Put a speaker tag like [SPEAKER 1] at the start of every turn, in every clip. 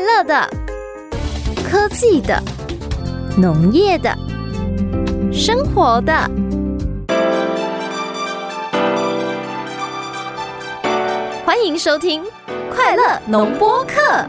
[SPEAKER 1] 乐的、科技的、农业的、生活的。欢迎收听《快乐农播课》。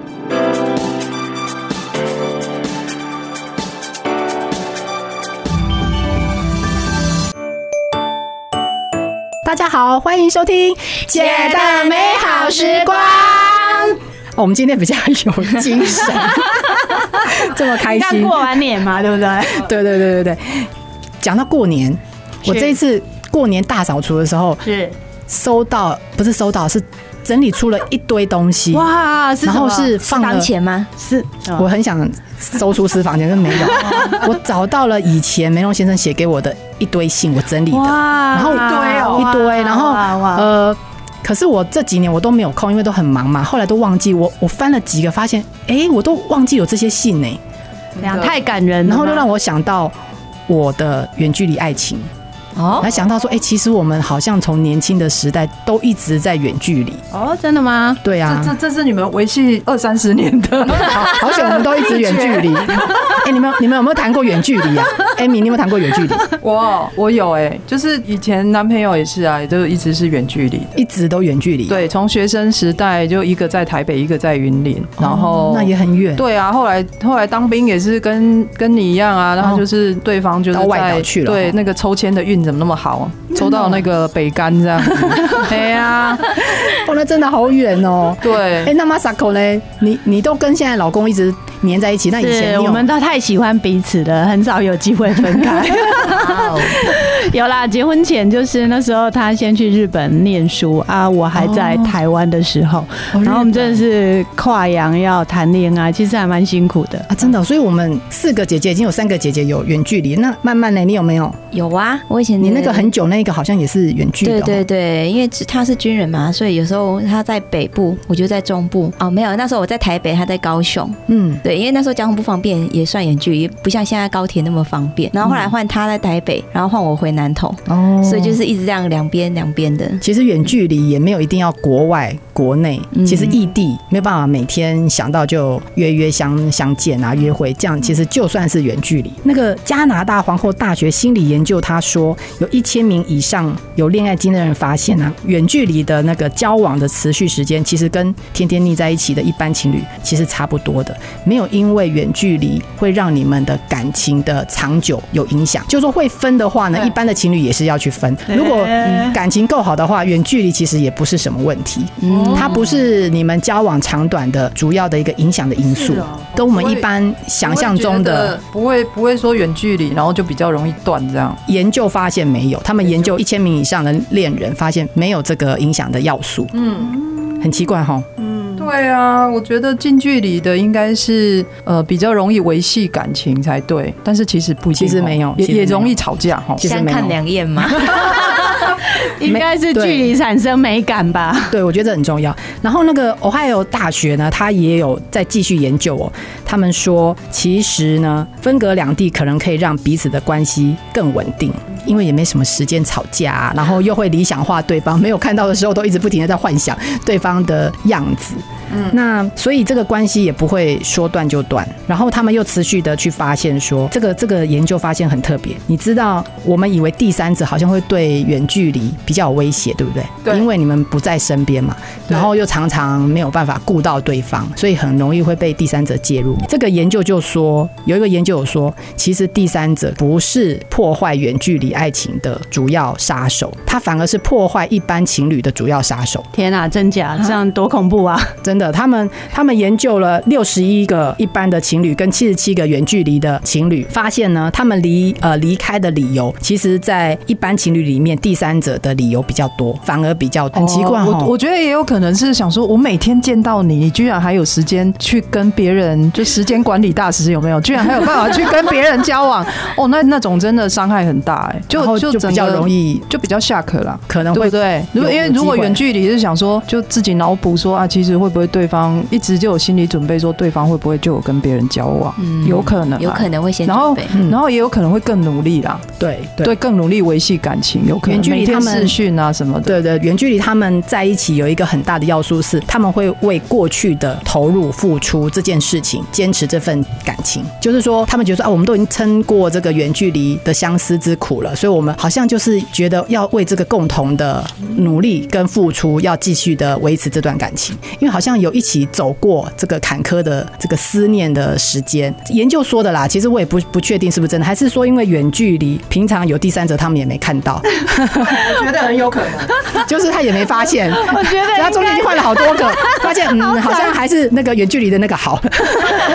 [SPEAKER 2] 大家好，欢迎收听《
[SPEAKER 3] 姐的美好时光》
[SPEAKER 2] 哦。我们今天比较有精神， 这么开
[SPEAKER 3] 刚
[SPEAKER 2] 心。
[SPEAKER 3] 过完年嘛， 对不对？
[SPEAKER 2] 对对对对对，讲到过年，我
[SPEAKER 3] 是
[SPEAKER 2] 这一次过年大扫除的时候，
[SPEAKER 3] 是
[SPEAKER 2] 收到不是收到，是整理出了一堆东西。
[SPEAKER 3] 哇，是
[SPEAKER 2] 然后
[SPEAKER 3] 什么哦
[SPEAKER 2] 是放了
[SPEAKER 1] 当，前吗？
[SPEAKER 3] 是什
[SPEAKER 2] 我
[SPEAKER 3] 么
[SPEAKER 2] 很想搜出私房钱，但是没 有。我找到了以前梅隆先生写给我的一堆信，我整理的。
[SPEAKER 3] 哇
[SPEAKER 4] 啊
[SPEAKER 2] 然后
[SPEAKER 4] 哦
[SPEAKER 2] 一堆，哦然后
[SPEAKER 3] 哇哇
[SPEAKER 2] 呃，可是我这几年我都没有空，因为都很忙嘛，后来都忘记我我翻了几个，发现哎、诶我都忘记有这些信
[SPEAKER 4] 嗯
[SPEAKER 2] 呢、
[SPEAKER 3] 这样太感人了
[SPEAKER 2] 然
[SPEAKER 3] 吗，
[SPEAKER 2] 后就让我想到我的远距离爱情，
[SPEAKER 1] 哦
[SPEAKER 2] 然后，想到说，哎、其实我们好像从年轻的时代都一直在远距离，
[SPEAKER 3] 哦，真的吗？
[SPEAKER 2] 对啊，
[SPEAKER 4] 这这这是你们维系二三十年的，
[SPEAKER 2] 好好险我们都一直远距 离。哎、你们你们有没有谈过远距离啊？艾米，你有没有谈过远距离？
[SPEAKER 4] 我我有哎、就是以前男朋友也是啊，也就一直是远距离的。
[SPEAKER 2] 一直都远距离，
[SPEAKER 4] 对，从学生时代就一个在台北，一个在云林，然
[SPEAKER 2] 哦
[SPEAKER 4] 后、
[SPEAKER 2] 嗯那也很远。
[SPEAKER 4] 对啊，后来后来当兵也是跟跟你一样啊，然后就是对方就是
[SPEAKER 2] 哦到外
[SPEAKER 4] 在
[SPEAKER 2] 岛去了哦
[SPEAKER 4] 对那个抽签的运怎么那么好，抽到那个北干 这样子，哎呀，
[SPEAKER 2] 哦，那真的好远哦。哎、
[SPEAKER 4] 对，
[SPEAKER 2] 那 Masako 呢？你你都跟现在老公一直黏在一起，那以前
[SPEAKER 3] 是
[SPEAKER 2] 你
[SPEAKER 3] 我
[SPEAKER 2] 有
[SPEAKER 3] 们都太喜欢彼此了，很少有机会分 开。
[SPEAKER 2] 哦
[SPEAKER 3] 有啦，结婚前就是那时候他先去日本念书啊，我还在台湾的时
[SPEAKER 2] 哦
[SPEAKER 3] 候，然后我们真的是跨洋要谈恋爱，其实还蛮辛苦的。
[SPEAKER 2] 啊，真的哦、所以我们四个姐姐已经有三个姐姐有远距离。那慢慢呢，你有没有？
[SPEAKER 1] 有啊，我以前
[SPEAKER 2] 你那个很久那个好像也是远距的、哦
[SPEAKER 1] 对对。对，因为他是军人嘛，所以有时候他在北部，我就在中部。哦，没有，那时候我在台北，他在高雄。
[SPEAKER 2] 嗯，
[SPEAKER 1] 对，因为那时候交通不方便，也算远距离，不像现在高铁那么方便。然后后来换他在台北，然后换我回南投，
[SPEAKER 2] 嗯哦，
[SPEAKER 1] 所以就是一直这样两边两边的。
[SPEAKER 2] 其实远距离也没有一定要国外、国内，
[SPEAKER 1] 嗯
[SPEAKER 2] 其实异地没有办法每天想到就约约相相见啊，约会这样，其实就算是远距离。那个加拿大皇后大学心理研究他说，有一千名以上有恋爱经验的人发现啊，远距离的那个交往的持续时间，其实跟天天腻在一起的一般情侣其实差不多的，没有因为远距离会让你们的感情的长久有影响。就说会分的话呢，
[SPEAKER 3] 对
[SPEAKER 2] 一般的情侣也是要去分，如果、嗯
[SPEAKER 3] 哎
[SPEAKER 2] 感情够好的话，远距离其实也不是什么问题，
[SPEAKER 4] 哦
[SPEAKER 1] 嗯，
[SPEAKER 2] 它不是你们交往长短的主要的一个影响的因素
[SPEAKER 4] 是哦，
[SPEAKER 2] 跟我们一般想象中的
[SPEAKER 4] 不会不会说远距离，然后就比较容易断这样。
[SPEAKER 2] 研究发现没有。他们研究一千名以上的恋人，发现没有这个影响的要素，
[SPEAKER 4] 嗯，
[SPEAKER 2] 很奇怪哈。
[SPEAKER 4] 对啊，我觉得近距离的应该是呃比较容易维系感情才对，但是其实不一定
[SPEAKER 2] 其
[SPEAKER 4] 哦，
[SPEAKER 2] 实没有
[SPEAKER 4] 也
[SPEAKER 2] 其实没有
[SPEAKER 4] 也容易吵架哦哈。
[SPEAKER 2] 其实
[SPEAKER 1] 相
[SPEAKER 2] 没有
[SPEAKER 1] 看两厌 嘛。
[SPEAKER 3] 应该是距离产生美感吧？
[SPEAKER 2] 对，我觉得这很重要。然后那个 Ohio 大学呢，它也有在继续研究哦。他们说，其实呢，分隔两地可能可以让彼此的关系更稳定，因为也没什么时间吵架、啊，然后又会理想化对方，没有看到的时候都一直不停的在幻想对方的样子。嗯，那所以这个关系也不会说断就断。然后他们又持续的去发现说，这个这个研究发现很特别。你知道，我们以为第三者好像会对远距离比较有威胁，对不对？
[SPEAKER 4] 对
[SPEAKER 2] 因为你们不在身边嘛，
[SPEAKER 4] 对
[SPEAKER 2] 然后又常常没有办法顾到对方，所以很容易会被第三者介入。这个研究就说，有一个研究有说，其实第三者不是破坏远距离爱情的主要杀手，他反而是破坏一般情侣的主要杀手。
[SPEAKER 3] 天啊，真假？这样多恐怖啊！
[SPEAKER 2] 真的，他们他们研究了六十一个一般的情侣跟七十七个远距离的情侣，发现呢，他们离呃离开的理由，其实在一般情侣里面，第三者的理由比较多，反而比较很奇怪、哦
[SPEAKER 4] 我我觉得也有可能是想说，我每天见到你，你居然还有时间去跟别人，就时间管理大师有没有？居然还有办法去跟别人交往？哦，那那种真的伤害很大哎、
[SPEAKER 2] 然
[SPEAKER 4] 就
[SPEAKER 2] 后就比
[SPEAKER 4] 整
[SPEAKER 2] 较
[SPEAKER 4] 个
[SPEAKER 2] 容易，
[SPEAKER 4] 就比较下课啦。
[SPEAKER 2] 可能
[SPEAKER 4] 对
[SPEAKER 2] 会
[SPEAKER 4] 不对？如果
[SPEAKER 2] 有
[SPEAKER 4] 因为
[SPEAKER 2] 有机
[SPEAKER 4] 如果
[SPEAKER 2] 会
[SPEAKER 4] 远距离是想说，就自己脑补说啊，其实会不会对方一直就有心理准备，说对方会不会就有跟别人交往？
[SPEAKER 1] 嗯
[SPEAKER 4] 有可能啊，
[SPEAKER 1] 有可能会先
[SPEAKER 4] 然
[SPEAKER 1] 准
[SPEAKER 4] 后
[SPEAKER 1] 备。
[SPEAKER 2] 嗯
[SPEAKER 4] 然后也有可能会更努力啦，
[SPEAKER 2] 对对
[SPEAKER 4] 对，更努力维系感情，有可能
[SPEAKER 2] 远距离
[SPEAKER 4] 每
[SPEAKER 2] 他
[SPEAKER 4] 片视
[SPEAKER 2] 们。
[SPEAKER 4] 讯啊什么的，
[SPEAKER 2] 对对，远距离他们在一起有一个很大的要素是，他们会为过去的投入、付出这件事情坚持这份感情。就是说，他们觉得说啊，我们都已经撑过这个远距离的相思之苦了，所以我们好像就是觉得要为这个共同的努力跟付出，要继续的维持这段感情，因为好像有一起走过这个坎坷的这个思念的时间。研究说的啦，其实我也不不确定是不是真的，还是说因为远距离，平常有第三者他们也没看到，
[SPEAKER 4] 我觉得很有可能。
[SPEAKER 2] 就是他也没发现， 我觉得他中间就换了好多个，发现嗯，好像还是那个远距离的那个好。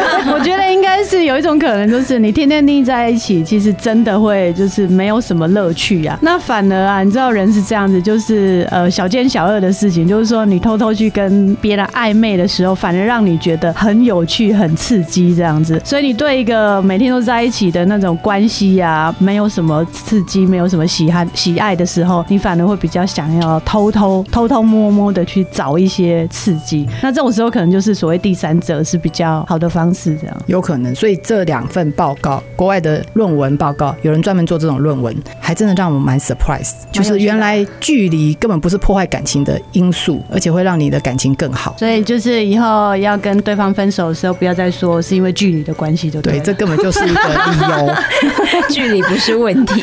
[SPEAKER 5] 我觉得应该是有一种可能，就是你天天腻在一起，其实真的会就是没有什么乐趣啊。那反而啊，你知道人是这样子，就是呃小奸小恶的事情，就是说你偷偷去跟别人暧昧的时候，反而让你觉得很有趣、很刺激这样子。所以你对一个每天都在一起的那种关系啊，没有什么刺激，没有什么喜爱喜爱的时候，你反而会比较想要偷偷偷偷摸摸的去找一些刺激。那这种时候可能就是所谓第三者是比较好的方式，这样。
[SPEAKER 2] 有可能，所以这两份报告，国外的论文报告，有人专门做这种论文，还真的让我蛮 surprise，就是原来距离根本不是破坏感情的因素，而且会让你的感情更好。
[SPEAKER 5] 所以就是以后要跟对方分手的时候，不要再说是因为距离的关系，就对
[SPEAKER 2] 对，
[SPEAKER 5] 了。
[SPEAKER 2] 这根本就是一个理 由。
[SPEAKER 1] 距离不是问题。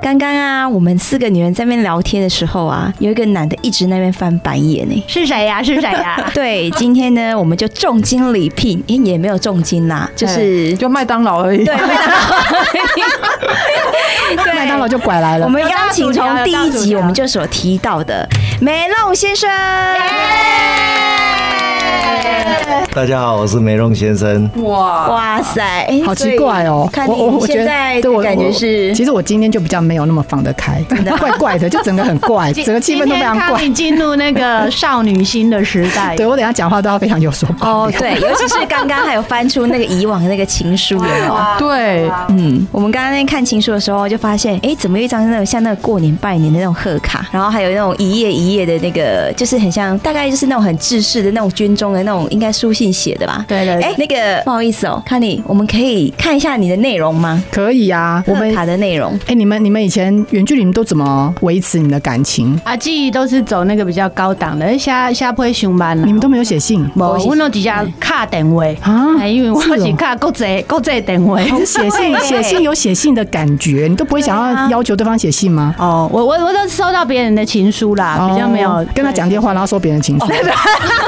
[SPEAKER 1] 刚刚啊，我们四个女人在那边聊天的时候啊，有一个男的一直在那边翻白眼呢、
[SPEAKER 6] 是谁呀、是谁呀、
[SPEAKER 1] 对，今天呢，我们就重金礼聘，也也没有重金啦，
[SPEAKER 6] 哎
[SPEAKER 1] 就是
[SPEAKER 4] 就麦当劳而已。
[SPEAKER 1] 对，麦当劳，对，
[SPEAKER 2] 麦 当劳就拐来
[SPEAKER 1] 我
[SPEAKER 2] 了。
[SPEAKER 1] 们邀请从第一
[SPEAKER 5] 有大薯
[SPEAKER 1] 集
[SPEAKER 5] 条
[SPEAKER 1] 我们就所提到的梅弄先生。
[SPEAKER 7] 大家好，我是梅龙先生。
[SPEAKER 1] 哇塞，哎
[SPEAKER 2] 好奇怪哦！
[SPEAKER 1] 所以看
[SPEAKER 2] 我我
[SPEAKER 1] 你
[SPEAKER 2] 我觉
[SPEAKER 1] 现
[SPEAKER 2] 得
[SPEAKER 1] 在
[SPEAKER 2] 对
[SPEAKER 1] 的
[SPEAKER 2] 我
[SPEAKER 1] 感觉
[SPEAKER 2] 我
[SPEAKER 1] 是，
[SPEAKER 2] 其实我今天就比较没有那么放得开， 怪怪的，就整个很怪，整个气氛都非常怪。
[SPEAKER 5] 你进入那个少女心的时 代，
[SPEAKER 2] 对我等一下讲话都要非常有所保
[SPEAKER 1] 哦
[SPEAKER 2] 留。，
[SPEAKER 1] 对，尤其是刚刚还有翻出那个以往的那个情书，有没有？
[SPEAKER 4] 对，
[SPEAKER 1] 嗯，我们刚刚在看情书的时候，就发现，哎，怎么有一张那种像那个过年拜年的那种贺卡，然后还有那种一页一页的那个，就是很像，大概就是那种很制式的那种军中的那种，应该书信写的吧？
[SPEAKER 5] 对对对
[SPEAKER 1] 哎，那个不好意思哦，康妮，我们可以看一下你的内容吗？
[SPEAKER 2] 可以啊，我们
[SPEAKER 1] 贺卡的 内容。
[SPEAKER 2] 哎、你们你们以前远距离你们都怎么维持你们的感情？
[SPEAKER 5] 阿记都是走那个比较高档的，哎下下坡上班了
[SPEAKER 2] 你。们都没有写信
[SPEAKER 5] 无，我弄底下卡电话，
[SPEAKER 2] 嗯啊
[SPEAKER 5] 哎因为我
[SPEAKER 2] 是
[SPEAKER 5] 是
[SPEAKER 2] 哦
[SPEAKER 5] 卡国际国际电话。
[SPEAKER 2] 还是写信？
[SPEAKER 1] 对
[SPEAKER 2] 写信有写信的感觉，你都不会想
[SPEAKER 1] 对
[SPEAKER 2] 要
[SPEAKER 1] 啊
[SPEAKER 2] 要求对方写信吗？
[SPEAKER 5] 哦，我我我都收到别人的情书啦，比较没有
[SPEAKER 2] 哦跟他讲电话，然后收别人情书。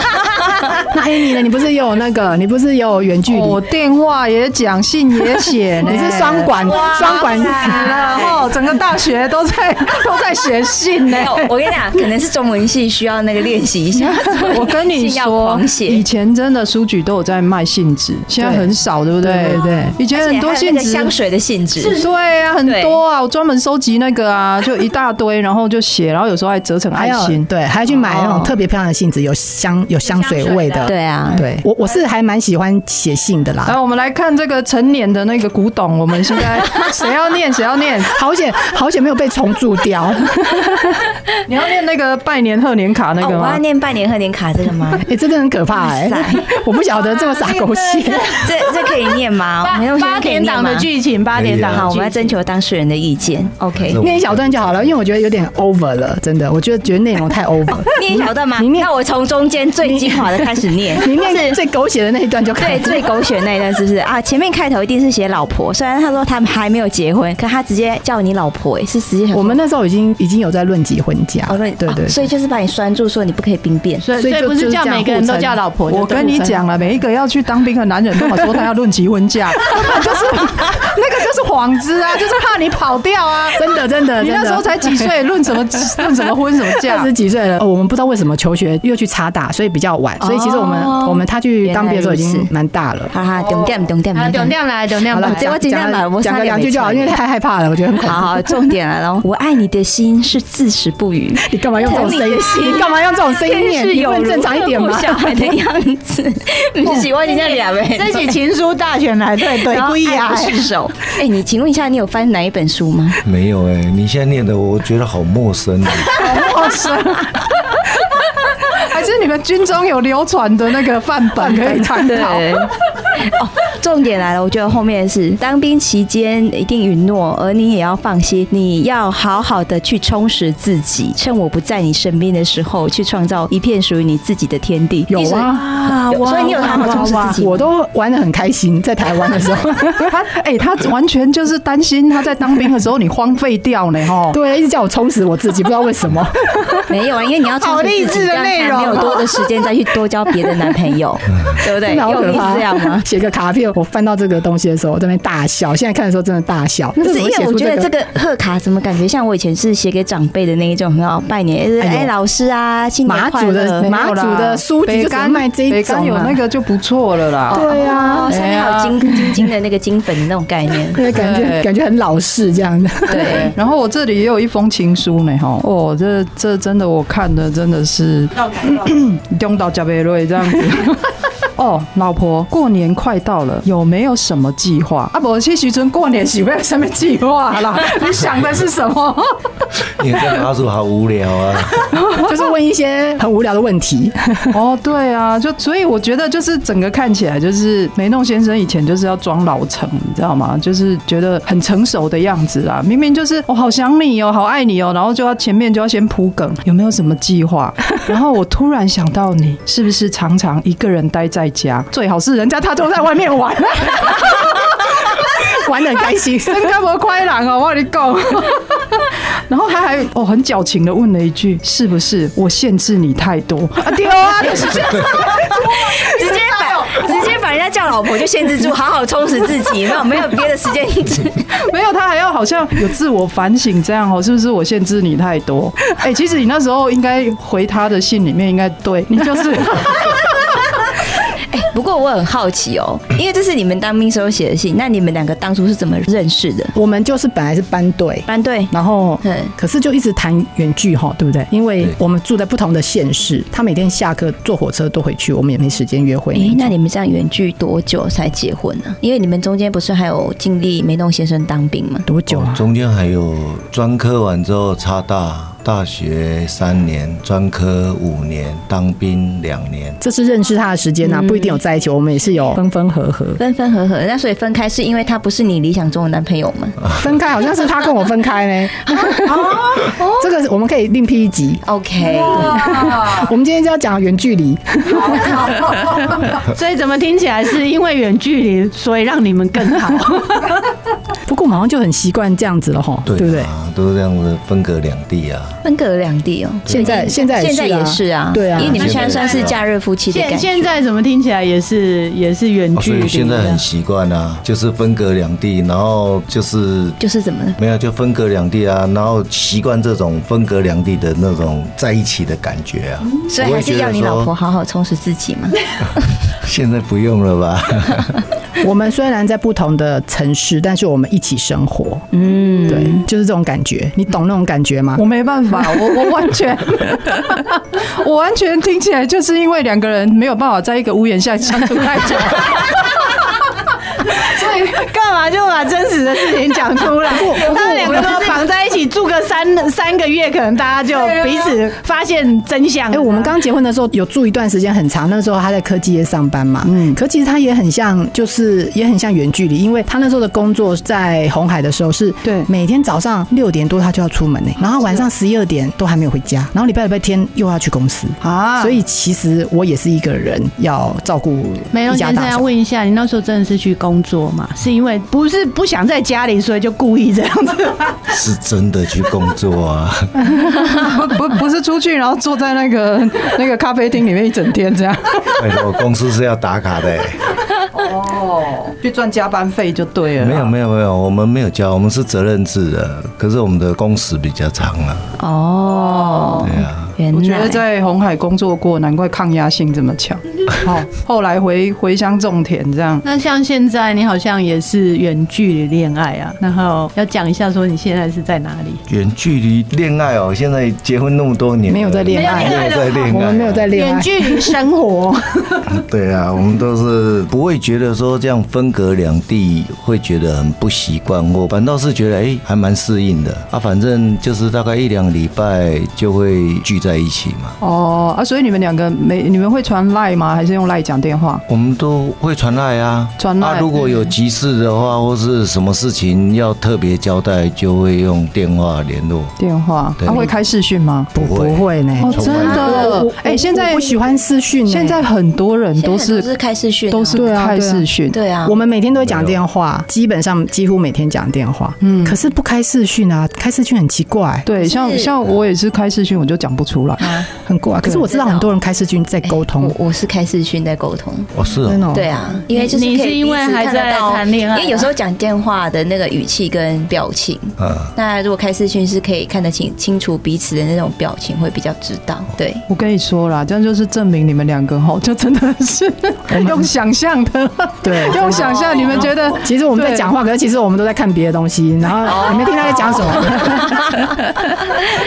[SPEAKER 2] 那 Amy 呢？你不是也有那个？你不是也有远距离？
[SPEAKER 4] 我电话也讲，信也写 呢，
[SPEAKER 2] 你是双管双管子
[SPEAKER 4] 然后整个大学都在 都在写信呢
[SPEAKER 1] 没。有，我跟你讲，可能是中文系需要那个练习一下。
[SPEAKER 4] 我跟你
[SPEAKER 1] 信要
[SPEAKER 4] 说
[SPEAKER 1] 狂，写
[SPEAKER 4] 以前真的书局都有在卖信纸，现在很少，对不对？
[SPEAKER 2] 对对
[SPEAKER 4] 以前
[SPEAKER 1] 而且
[SPEAKER 4] 很
[SPEAKER 1] 还有
[SPEAKER 4] 多
[SPEAKER 1] 那
[SPEAKER 4] 信
[SPEAKER 1] 个
[SPEAKER 4] 纸，
[SPEAKER 1] 香水的性质，
[SPEAKER 4] 对啊，很
[SPEAKER 1] 对
[SPEAKER 4] 多啊，我专门收集那个 啊，就一大堆，然后就写，然后有时候还折成
[SPEAKER 2] 还
[SPEAKER 4] 爱
[SPEAKER 2] 有
[SPEAKER 4] 心。
[SPEAKER 2] 对，还要去买那种特别漂亮的信纸，有香有香水味的。
[SPEAKER 1] 对啊，
[SPEAKER 2] 对，我我是还蛮喜欢写信的啦
[SPEAKER 4] 来，。我们来看这个陈年的那个古董，我们现 在谁要念谁要念，
[SPEAKER 2] 好险好险没有被重铸掉。
[SPEAKER 4] 你要念那个拜年贺年卡那
[SPEAKER 1] 哦，
[SPEAKER 4] 个
[SPEAKER 1] 我
[SPEAKER 4] 吗
[SPEAKER 1] 要？念拜年贺年卡这个 吗？
[SPEAKER 2] 哎、真的很可怕哎、
[SPEAKER 1] 哇塞
[SPEAKER 2] 我不晓得这么撒狗血。
[SPEAKER 1] 这这可以念吗？我
[SPEAKER 5] 八
[SPEAKER 1] 们用
[SPEAKER 5] 八点档的剧情，八点档的
[SPEAKER 1] 好，
[SPEAKER 2] 啊
[SPEAKER 1] 我
[SPEAKER 5] 剧
[SPEAKER 1] 们要
[SPEAKER 5] 情
[SPEAKER 1] 征求当事人的意见。OK，
[SPEAKER 7] 是
[SPEAKER 2] 念一小段就好了，因为我觉得有点 over 了，真的，我觉得觉得内容太 over。
[SPEAKER 1] 念一小段吗？
[SPEAKER 2] 你念
[SPEAKER 1] 那我从中间最精华的开始念。
[SPEAKER 2] 你念最狗血的那一段就可以
[SPEAKER 1] 对，
[SPEAKER 2] 了。
[SPEAKER 1] 最狗血那一段是不是啊？前面开头一定是写老婆，虽然他说他们还没有结婚，可他直接叫你老婆、哎，是直接想
[SPEAKER 2] 我们那时候已经已经有在论及婚嫁，
[SPEAKER 1] 哦
[SPEAKER 2] 对对
[SPEAKER 1] 哦
[SPEAKER 2] 对，
[SPEAKER 1] 所以就是把你拴住，说你不可以兵变。
[SPEAKER 5] 所以
[SPEAKER 2] 所以
[SPEAKER 5] 呃所以
[SPEAKER 2] 就
[SPEAKER 5] 不
[SPEAKER 2] 就是是
[SPEAKER 5] 叫
[SPEAKER 2] 这样
[SPEAKER 5] 每个人
[SPEAKER 2] 互
[SPEAKER 5] 都
[SPEAKER 2] 称
[SPEAKER 5] 叫老婆，
[SPEAKER 4] 我
[SPEAKER 5] 就对
[SPEAKER 4] 跟你讲
[SPEAKER 2] 啊
[SPEAKER 4] 了，每一个要去当兵的男人都嘛说他要论及婚嫁，根本就是那个就是幌子啊，就是怕你跑掉啊。
[SPEAKER 2] 真的真的，
[SPEAKER 4] 你那
[SPEAKER 2] 真的
[SPEAKER 4] 时候才几岁，论什么论什么婚什么
[SPEAKER 2] 二
[SPEAKER 4] 嫁
[SPEAKER 2] 十？几岁了、哦我们不知道为什么求学又去插大，所以比较晚，所所以其实我们
[SPEAKER 1] 哦
[SPEAKER 2] 我们他去当兵的时候已
[SPEAKER 1] 原来如
[SPEAKER 2] 经
[SPEAKER 1] 此
[SPEAKER 2] 蛮大了。
[SPEAKER 1] 哦好啦，懂点懂点
[SPEAKER 5] 啊，
[SPEAKER 1] 懂
[SPEAKER 5] 懂掉来，懂掉
[SPEAKER 2] 好
[SPEAKER 5] 来
[SPEAKER 2] 了，，
[SPEAKER 1] 这我尽量吧我
[SPEAKER 2] 讲
[SPEAKER 1] 差
[SPEAKER 2] 个
[SPEAKER 1] 点
[SPEAKER 2] 两
[SPEAKER 1] 没
[SPEAKER 2] 句就好，
[SPEAKER 1] 猜
[SPEAKER 2] 因为太害怕了，我觉得很恐怖。
[SPEAKER 1] 好好，重点来了， 我爱你的心是自始不渝，
[SPEAKER 2] 你干嘛用这种声音
[SPEAKER 1] 疼你的？心
[SPEAKER 2] 你干嘛用这种声音念？
[SPEAKER 1] 是
[SPEAKER 2] 你不
[SPEAKER 1] 有
[SPEAKER 2] 能正常一点吗？哦
[SPEAKER 1] 小孩的样 子，不是我人家俩呗。
[SPEAKER 3] 这起情书大全来，对对，
[SPEAKER 1] 然后
[SPEAKER 3] 故意
[SPEAKER 1] 爱
[SPEAKER 3] 啊
[SPEAKER 1] 不，释手。哎，你请问一下，你有翻哪一本书吗？
[SPEAKER 7] 没有哎、你现在念的我觉得好陌生 哦。
[SPEAKER 4] 陌生。还是你们军中有流传的那个范本可以参考？
[SPEAKER 1] 哦，重点来了，我觉得后面是当兵期间一定允诺，而你也要放心，你要好好的去充实自己，趁我不在你身边的时候，去创造一片属于你自己的天地。
[SPEAKER 2] 有
[SPEAKER 1] 意思
[SPEAKER 2] 啊，
[SPEAKER 1] 啊，所以你有好好充实自己吗。
[SPEAKER 2] 我都玩的很开心，在台湾的时候，
[SPEAKER 4] 他哎、他完全就是担心他在当兵的时候你荒废掉呢，吼。
[SPEAKER 2] 对，啊一直叫我充实我自己，不知道为什么。
[SPEAKER 1] 没有啊，因为你要充实自己，这样才没有多的时间再去多交别的男朋友，对 不对？
[SPEAKER 2] 真的好
[SPEAKER 1] 有
[SPEAKER 2] 可
[SPEAKER 1] 意思
[SPEAKER 2] 怕
[SPEAKER 1] 这样 吗？？
[SPEAKER 2] 写个卡片，我翻到这个东西的时候，我在那边大笑。现在看的时候真的大笑，
[SPEAKER 1] 不
[SPEAKER 2] 那
[SPEAKER 1] 是，
[SPEAKER 2] 怎么
[SPEAKER 1] 因为
[SPEAKER 2] 写
[SPEAKER 1] 我
[SPEAKER 2] 出
[SPEAKER 1] 觉得这
[SPEAKER 2] 个？
[SPEAKER 1] 个贺卡怎么感觉像我以前是写给长辈的那一种，很好拜年，就是
[SPEAKER 2] 哎呦
[SPEAKER 1] 哎老师啊，新
[SPEAKER 2] 马
[SPEAKER 1] 年快
[SPEAKER 2] 祖
[SPEAKER 1] 乐
[SPEAKER 4] 呃
[SPEAKER 2] 的，马祖的书籍就只能卖这一
[SPEAKER 4] 北
[SPEAKER 2] 种
[SPEAKER 4] 干有
[SPEAKER 2] 啊
[SPEAKER 4] 那个就不错了啦。
[SPEAKER 2] 对啊呀，
[SPEAKER 1] 哦，，上面还有金金金的那个金粉那种概念
[SPEAKER 2] 对，感觉
[SPEAKER 4] 对
[SPEAKER 2] 感觉很老式这 样的。
[SPEAKER 1] 对。
[SPEAKER 4] 然后我这里也有一封情书呢，吼，哦，这这真的我看的真的是 用到加贝瑞这样子。 哦，老婆，过年快到了，有没有什么计划？啊，不，谢徐尊过年喜欢什么计划 啦？你想的是什么？
[SPEAKER 7] 你在马祖好无聊啊！
[SPEAKER 2] 就是问一些很无聊的问题，
[SPEAKER 4] 哦，对啊，就所以我觉得就是整个看起来就是梅弄先生以前就是要装老成，你知道吗？就是觉得很成熟的样子啊，明明就是我、好想你哦，好爱你哦，然后就要前面就要先铺梗，有没有什么计划？ 然后我突然想到你，是不是常常一个人待在家？最好是人家他都在外面玩，
[SPEAKER 2] 玩的很开 心。
[SPEAKER 4] 真干不快朗哦，我跟你讲。然后他还哦很矫情的问了一句：“是不是我限制你太多？”啊，丢啊！就是
[SPEAKER 1] 直接
[SPEAKER 2] 哦
[SPEAKER 1] 把直接把人家叫老婆就限制住，好好充实自己，没有没有别的时 间。
[SPEAKER 4] 没有，他还要好像有自我反省这样哦，是不是我限制你太 多？哎、其实你那时候应该回他的信里面应该对你就是，
[SPEAKER 1] 哎，不过我很好奇哦，因为这是你们当兵时候写的信，那你们两个当初是怎么认识的？
[SPEAKER 2] 我们就是本来是班队，
[SPEAKER 1] 班队
[SPEAKER 2] 然后
[SPEAKER 1] 对
[SPEAKER 2] 可是就一直谈远距哈，对不对？因为
[SPEAKER 7] 对
[SPEAKER 2] 我们住在不同的县市，他每天下课坐火车都回去，我们也没时间约会
[SPEAKER 1] 哎、
[SPEAKER 2] 那种。
[SPEAKER 1] 那你们这样远距多久才结婚呢、因为你们中间不是还有经历梅弄先生当兵吗？
[SPEAKER 2] 多久啊？
[SPEAKER 7] 中间还有专科完之后插大，大学三年，专科五年，当兵两年。
[SPEAKER 2] 这是认识他的时间
[SPEAKER 1] 嗯
[SPEAKER 2] 啊，不一定有在一起，我们也是有分分合合。
[SPEAKER 1] 分分合合，那所以分开是因为他不是你理想中的男朋友吗
[SPEAKER 2] 分开好像是他跟我分开呢。 这个我们可以另辟一集。
[SPEAKER 1] ？OK，
[SPEAKER 3] 啊
[SPEAKER 2] 我们今天就要讲远距离，
[SPEAKER 3] 所以怎么听起来是因为远距离，所以让你们更 好？
[SPEAKER 2] 不过我们好像就很习惯这样子了哈，对不对？
[SPEAKER 7] 啊，都是这样子分隔两地啊。
[SPEAKER 1] 分隔两地哦。
[SPEAKER 2] 现在现在
[SPEAKER 1] 现在也
[SPEAKER 2] 也
[SPEAKER 1] 是
[SPEAKER 2] 是
[SPEAKER 1] 啊，
[SPEAKER 2] 对啊
[SPEAKER 1] 因为你们现在算是假日夫妻的
[SPEAKER 3] 现
[SPEAKER 1] 感觉。
[SPEAKER 3] 现在怎么听起来也是也是远
[SPEAKER 7] 哦所
[SPEAKER 3] 距离
[SPEAKER 7] 以
[SPEAKER 3] 的？
[SPEAKER 7] 现在很习惯啊，就是分隔两地，然后就是
[SPEAKER 1] 就是怎么了？
[SPEAKER 7] 没有就分隔两地啊，然后习惯这种分隔两地的那种在一起的感觉啊。
[SPEAKER 1] 嗯所以
[SPEAKER 7] 我
[SPEAKER 1] 还
[SPEAKER 7] 会
[SPEAKER 1] 是
[SPEAKER 7] 觉
[SPEAKER 1] 要
[SPEAKER 7] 得
[SPEAKER 1] 你老婆
[SPEAKER 7] 说，
[SPEAKER 1] 好好充实自己嘛。
[SPEAKER 7] 现在不用了吧？
[SPEAKER 2] 我们虽然在不同的城市，但是我们一起生活。嗯，对，就是这种感觉，你懂那种感觉吗
[SPEAKER 4] 我？没办法，我我完 全，我完全听起来就是因为两个人没有办法在一个屋檐下相处太久，
[SPEAKER 3] 干嘛就把真实的事情讲出 来？他们两个都绑在一起住个三三个月，可能大家就彼此发现真相。
[SPEAKER 2] 哎、我们刚结婚的时候有住一段时间很长，那时候他在科技业上班嘛，嗯，可其实他也很像，就是也很像远距离，因为他那时候的工作在红海的时候是，
[SPEAKER 4] 对
[SPEAKER 2] 每天早上六点多他就要出门呢、欸然后晚上十一二点都还没有回家，然后礼拜礼拜天又要去公司
[SPEAKER 4] 啊
[SPEAKER 2] 所以其实我也是一个人要照顾
[SPEAKER 3] 梅
[SPEAKER 2] 一
[SPEAKER 3] 龙
[SPEAKER 2] 家
[SPEAKER 3] 先生
[SPEAKER 2] 大
[SPEAKER 3] 要
[SPEAKER 2] 小。
[SPEAKER 3] 问一下，你那时候真的是去工作吗？是因为不是不想在家里，所以就故意这样 子？
[SPEAKER 7] 是真的去工 作啊？
[SPEAKER 4] 不不不是出去然后坐在那个那个咖啡厅里面一整天这样，
[SPEAKER 7] 拜托，公司是要打卡的、欸。
[SPEAKER 4] 去赚加班费就对
[SPEAKER 2] 啊
[SPEAKER 4] 了啦。
[SPEAKER 7] 没有没有没有，我们没有教，我们是责任制的，可是我们的工时比较长啊。
[SPEAKER 1] 哦，
[SPEAKER 7] 对啊，
[SPEAKER 1] 原
[SPEAKER 4] 我觉得
[SPEAKER 1] 来
[SPEAKER 4] 在红海工作过，难怪抗压性这么强。好，后来回回乡种田这样。
[SPEAKER 3] 那像现在你好像也是远距离恋爱啊，然后要讲一下说你现在是在哪里？
[SPEAKER 7] 远距离恋爱哦，现在结婚那么多年了，
[SPEAKER 2] 没有在恋爱
[SPEAKER 7] 没有在恋爱，啊
[SPEAKER 2] 我们没有在
[SPEAKER 3] 啊
[SPEAKER 2] 恋爱，
[SPEAKER 3] 距离生活，
[SPEAKER 7] 对啊，我们都是不会觉得说这样分隔两地会觉得很不习惯，我反倒是觉得哎、还蛮适应的啊。反正就是大概一两礼拜就会聚在一起嘛。
[SPEAKER 4] 哦啊，所以你们两个没你们会传赖吗？还是用赖讲电话？
[SPEAKER 7] 我们都会传赖啊，
[SPEAKER 4] 传赖
[SPEAKER 7] 啊。如果有急事的话，或是什么事情要特别交代，就会用电话联络。
[SPEAKER 4] 电话？
[SPEAKER 7] 对
[SPEAKER 4] 啊，会开视讯吗？
[SPEAKER 7] 不
[SPEAKER 2] 不会呢。
[SPEAKER 4] 哦，
[SPEAKER 7] 从
[SPEAKER 4] 真
[SPEAKER 7] 来
[SPEAKER 4] 的
[SPEAKER 2] 我。
[SPEAKER 4] 哎，现
[SPEAKER 2] 我
[SPEAKER 4] 在
[SPEAKER 2] 不喜欢私讯欸呢，
[SPEAKER 4] 现在很多人都
[SPEAKER 1] 现在很多
[SPEAKER 4] 是
[SPEAKER 1] 是开视讯啊，
[SPEAKER 4] 都是
[SPEAKER 2] 对啊
[SPEAKER 4] 开
[SPEAKER 2] 对啊
[SPEAKER 4] 视讯。
[SPEAKER 1] 对啊
[SPEAKER 2] 我，们每天都会讲电话，基本上几乎每天讲电话。嗯，可是不开视讯啊，开视讯很奇怪，
[SPEAKER 4] 对，像
[SPEAKER 1] 是
[SPEAKER 4] 像我也是开视讯，我就讲不出来。
[SPEAKER 2] 很怪。可是我知道很多人开视讯在沟通
[SPEAKER 1] 哎，我我是开视讯在沟通。
[SPEAKER 7] 哦，是哦
[SPEAKER 2] 真，的哦。
[SPEAKER 1] 对啊，因为就是
[SPEAKER 3] 你
[SPEAKER 1] 可以
[SPEAKER 3] 是因
[SPEAKER 1] 彼
[SPEAKER 3] 为
[SPEAKER 1] 此
[SPEAKER 3] 还
[SPEAKER 1] 看得
[SPEAKER 3] 在
[SPEAKER 1] 到
[SPEAKER 3] 谈恋爱啊
[SPEAKER 1] 因为有时候讲电话的那个语气跟表情，
[SPEAKER 7] 嗯，
[SPEAKER 1] 那如果开视讯是可以看得清清楚彼此的那种表情，会比较知道。对，
[SPEAKER 4] 我跟你说啦，这样就是证明你们两个吼，就真的是 用想象的，
[SPEAKER 2] 对
[SPEAKER 4] 用想象，你们觉得
[SPEAKER 2] 其实我们在讲话，可是其实我们都在看别的东西，然后你没听他在讲什么，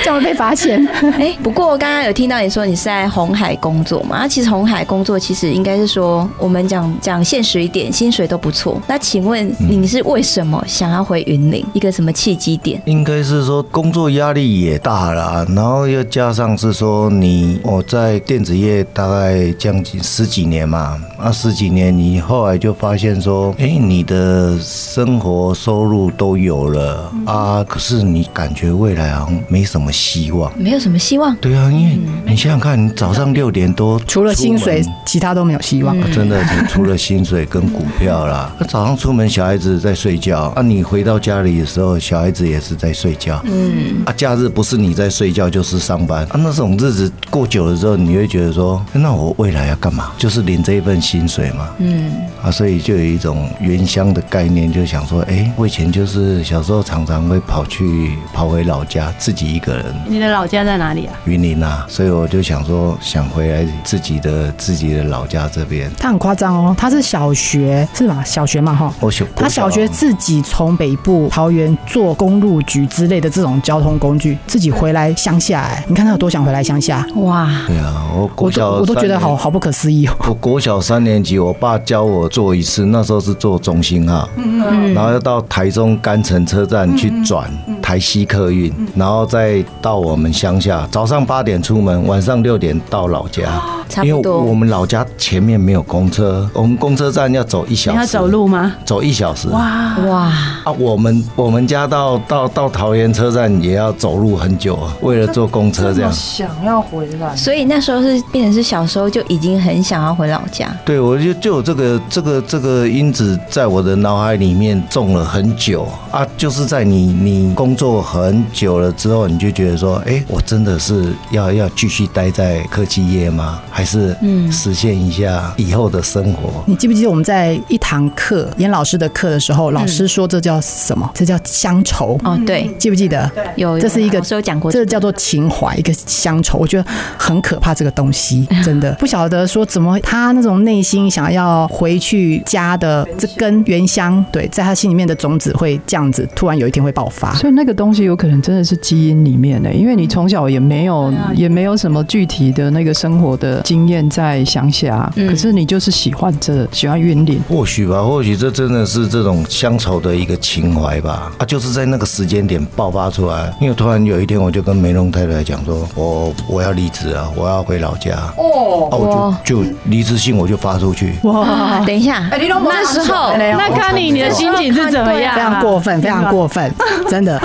[SPEAKER 2] 这样会被发现。
[SPEAKER 1] 哎、不过刚刚有听到你说你是在红海工作嘛？那其实红海工作其实应该是说，我们讲讲现实一点，薪水都不错。那请问你是为什么想要回云林？一个什么契机点？
[SPEAKER 7] 应该是说工作压力也大啦，然后又加上是说你我在电子业大概将近十几年嘛，啊十几年你后来就发现说，哎，你的生活收入都有了啊，可是你感觉未来好像没什么希望。
[SPEAKER 1] 没有什么希望。
[SPEAKER 7] 对啊，因为你想想看，你早上六点多
[SPEAKER 2] 除了薪水
[SPEAKER 7] 出门，
[SPEAKER 2] 其他都没有希望。
[SPEAKER 7] 啊真的除了薪水跟股票啦。 那早上出门，小孩子在睡觉啊，你回到家里的时候，小孩子也是在睡觉。嗯，啊，假日不是你在睡觉就是上班啊，那种日子过久了之后，你会觉得说，哎那我未来要干嘛？就是领这一份薪水嘛。
[SPEAKER 1] 嗯，
[SPEAKER 7] 啊，所以就有一种原乡的概念，就想说，哎、我以前就是小时候常常会跑去跑回老家，自己一个人
[SPEAKER 3] 你的老家在哪里啊？
[SPEAKER 7] 云林啊，所以我就想说，想回来自己的自己的老家这边。
[SPEAKER 2] 他很夸张哦，他是小学是吧？小学嘛哈。
[SPEAKER 7] 我小啊
[SPEAKER 2] 他小学自己从北部桃园坐公路局之类的这种交通工具，自己回来乡下、哎，你看他有多想回来乡下，
[SPEAKER 1] 哇，
[SPEAKER 7] 对啊，我
[SPEAKER 2] 我
[SPEAKER 7] 国
[SPEAKER 2] 都
[SPEAKER 7] 小
[SPEAKER 2] 我都觉得
[SPEAKER 7] 三
[SPEAKER 2] 好
[SPEAKER 7] 年。
[SPEAKER 2] 好不可思议哦。
[SPEAKER 7] 我国小三年级，我爸教我坐一次，那时候是坐中心号，
[SPEAKER 1] 嗯
[SPEAKER 7] 然后要到台中干城车站去转台西客运，然后再到我们乡下，早上八点出门，晚上六点到老家。
[SPEAKER 1] 差
[SPEAKER 7] 因
[SPEAKER 1] 不
[SPEAKER 7] 为我
[SPEAKER 1] 多。
[SPEAKER 7] 们老家前面没有公车，我们公车站要走一小
[SPEAKER 3] 你
[SPEAKER 7] 时，
[SPEAKER 3] 要走，路吗？
[SPEAKER 7] 走一小时。
[SPEAKER 3] 哇，
[SPEAKER 1] 哇，
[SPEAKER 7] 啊，我们我们家到到到桃园车站也要走路很久啊，为了坐公车这样。
[SPEAKER 4] 想要回来，
[SPEAKER 1] 所以那时候是变成是小时候就已经很想要回老家。
[SPEAKER 7] 对，我就就有这个这个这个因子在我的脑海里面种了很久啊，就是在你你工作很久了之后，你就觉得说，哎，我真的是要要继续待在科技业吗？还是
[SPEAKER 1] 嗯
[SPEAKER 7] 实现一下以后的生活？
[SPEAKER 2] 你记不记得我们在一堂课演老师的课的时候，老师说这叫什么？这叫乡愁。
[SPEAKER 1] 嗯哦，对，
[SPEAKER 2] 记不记得？
[SPEAKER 1] 有，
[SPEAKER 2] 这是一个
[SPEAKER 1] 老师有讲过
[SPEAKER 2] 这叫做情怀，一个乡愁，我觉得很可怕。这个东 西真的不晓得说怎么他那种内心想要回去家的这根原乡，对，在他心里面的种子会这样子，突然有一天会爆发。
[SPEAKER 4] 所以那个东西有可能真的是基因里面的、因为你从小也没有、
[SPEAKER 2] 啊
[SPEAKER 4] 也没有什么具体的那个生活的经验在乡下，
[SPEAKER 1] 嗯
[SPEAKER 4] 可是你就是喜欢这喜欢云林，
[SPEAKER 7] 或许吧，或许这真的是这种乡愁的一个情怀吧。啊，就是在那个时间点爆发出来。因为突然有一天，我就跟梅龙太太讲说，我我要离职啊，我要回老家。哦，啊，我就就离职信我就发出去。
[SPEAKER 1] 哇，啊等一下，那时候
[SPEAKER 3] 那看你你的心情是怎么样、啊？
[SPEAKER 2] 非常过分，非常过分，真的。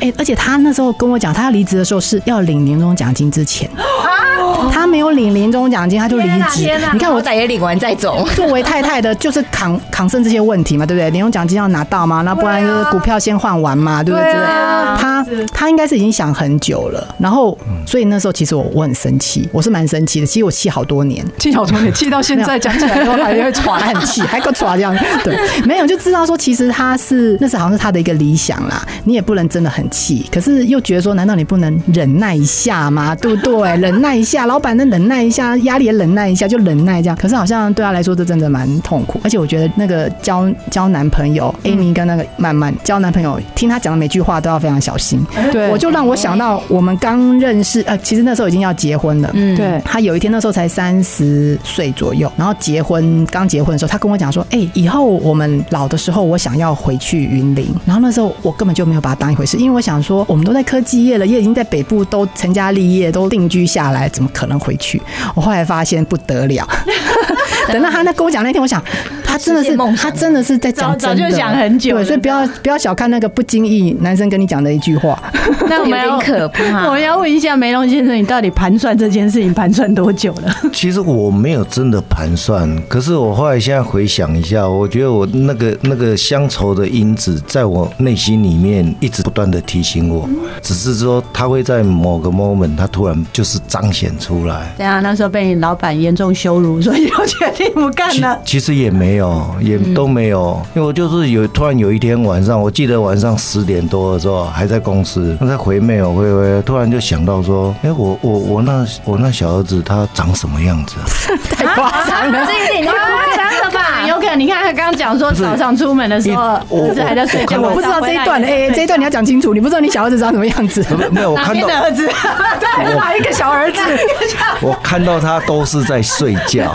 [SPEAKER 2] 哎、而且他那时候跟我讲，他要离职的时候是要领年终奖金之前，他没有领年终奖金，他就离
[SPEAKER 1] 天啊
[SPEAKER 2] 职
[SPEAKER 1] 天啊。
[SPEAKER 2] 你看我
[SPEAKER 1] 仔也领完再走，
[SPEAKER 2] 作为太太的，就是扛扛胜这些问题嘛，对不对？年终奖金要拿到嘛，那不然就是股票先换完嘛，对不对？
[SPEAKER 4] 对啊
[SPEAKER 2] 他他应该是已经想很久了，然后所以那时候其实我我很生气，我是蛮生气的，其实我气好多年。
[SPEAKER 4] 气好重，你气 到现在讲起来都还会喘。
[SPEAKER 2] 还很 气，还够耍这样。对，没有就知道说，其实他是那是好像是他的一个理想啦。你也不能真的很气，可是又觉得说，难道你不能忍耐一下吗？ 对不对？忍耐一下，老板那忍耐一下，压力也忍耐一下，就忍耐这样。可是好像对他来说，这真的蛮痛苦。而且我觉得那个交交男朋友，Amy 跟那个曼曼交男朋友，听他讲的每句话都要非常小心。
[SPEAKER 4] 对，
[SPEAKER 2] 我就让我想到我们刚认识，呃，其实那时候已经要结婚了。
[SPEAKER 1] 嗯，
[SPEAKER 4] 对
[SPEAKER 2] 他有一天那时哎候才三十岁左右，然后结婚刚结婚的时候，他跟我讲说：“哎、以后我们老的时候，我想要回去云林。”然后那时候我根本就没有把它当一回事，因为我想说，我们都在科技业了，也已经在北部都成家立业，都定居下来，怎么可能回去？我后来发现不得了。 等到他那跟我讲那天，我想他真的
[SPEAKER 1] 实
[SPEAKER 2] 是
[SPEAKER 1] 现梦想
[SPEAKER 2] 他真的是在讲
[SPEAKER 3] 早
[SPEAKER 2] 真的
[SPEAKER 3] 早就讲很久
[SPEAKER 2] 对，
[SPEAKER 3] 了
[SPEAKER 2] 所以不要不要小看那个不经意男生跟你讲的一句 话。
[SPEAKER 3] 那我们
[SPEAKER 1] 有
[SPEAKER 3] 要
[SPEAKER 1] 点可 怕
[SPEAKER 3] 我们要问一下梅龙先生，你到底盘算这件事情盘算多久了？
[SPEAKER 7] 其实我没有真的盘算，可是我后来现在回想一下，我觉得我那个那个乡愁的因子，在我内心里面一直不断的提醒我，只是说它会在某个 moment，它突然就是彰显出来。
[SPEAKER 3] 对啊，那时候被你老板严重羞辱，所以就决定不干
[SPEAKER 7] 其
[SPEAKER 3] 了。
[SPEAKER 7] 其实也没有，也都没有，因为我就是有突然有一天晚上，我记得晚上十点多的时候还在公司，那在回妹我回回，突然就想到说，哎、我我我那我那小儿子他长什么样子啊？
[SPEAKER 1] 太夸张了，这有点太夸张了吧？
[SPEAKER 3] 哎有可能，你看他刚刚讲说早上出门的时候，
[SPEAKER 7] 因为我
[SPEAKER 3] 儿子还在 睡觉，
[SPEAKER 2] 我不知道这一段，哎、这一段你要讲清楚，你不知道你小儿子长什么 样子。
[SPEAKER 7] 没有没有，我看
[SPEAKER 3] 边
[SPEAKER 7] 到
[SPEAKER 3] 的儿子，对，哪哎一个小儿 子？
[SPEAKER 7] 我看到他都是在睡觉，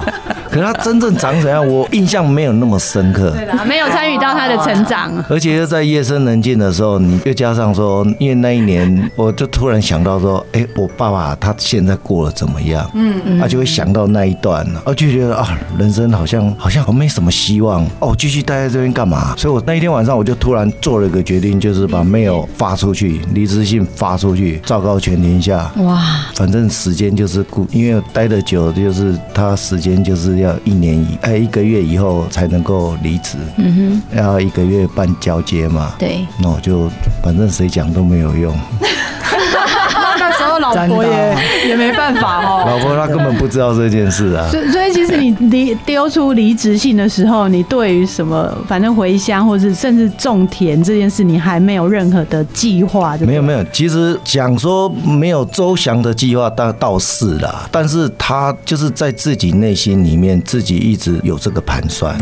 [SPEAKER 7] 可是他真正长怎样，我印象没有那么深刻。
[SPEAKER 3] 没有参与到他的成长。
[SPEAKER 7] 而且又在夜深人静的时候，你又加上说，因为那一年，我就突然想到说，哎、我爸爸他现在过得怎么样？嗯嗯，他就会想到那一段，而就觉得啊，人生好像好像没什么希望哦，继续待在这边干嘛？所以我那一天晚上，我就突然做了一个决定，就是把 mail 发出去，离职信发出去，昭告全天下。
[SPEAKER 1] 哇，
[SPEAKER 7] 反正时间就是固，因为待得久，就是他时间就是要一年以哎一个月以后才能够离职，
[SPEAKER 1] 嗯
[SPEAKER 7] 要一个月半交接嘛
[SPEAKER 1] 哼，。对，
[SPEAKER 7] 那我就反正谁讲都没有用，
[SPEAKER 4] 那时候老婆
[SPEAKER 2] 哦
[SPEAKER 4] 也也没办法哦。
[SPEAKER 7] 老婆她根本不知道这件事啊。
[SPEAKER 3] 所以，所以其实你离丢出离职信的时候，你对于什么，反正回乡或是甚至种田这件事，你还没有任何的计划，对不对
[SPEAKER 7] 没有没有，其实讲说没有周详的计划倒倒是啦，但是他就是在自己内心里面自己一直有这个盘算。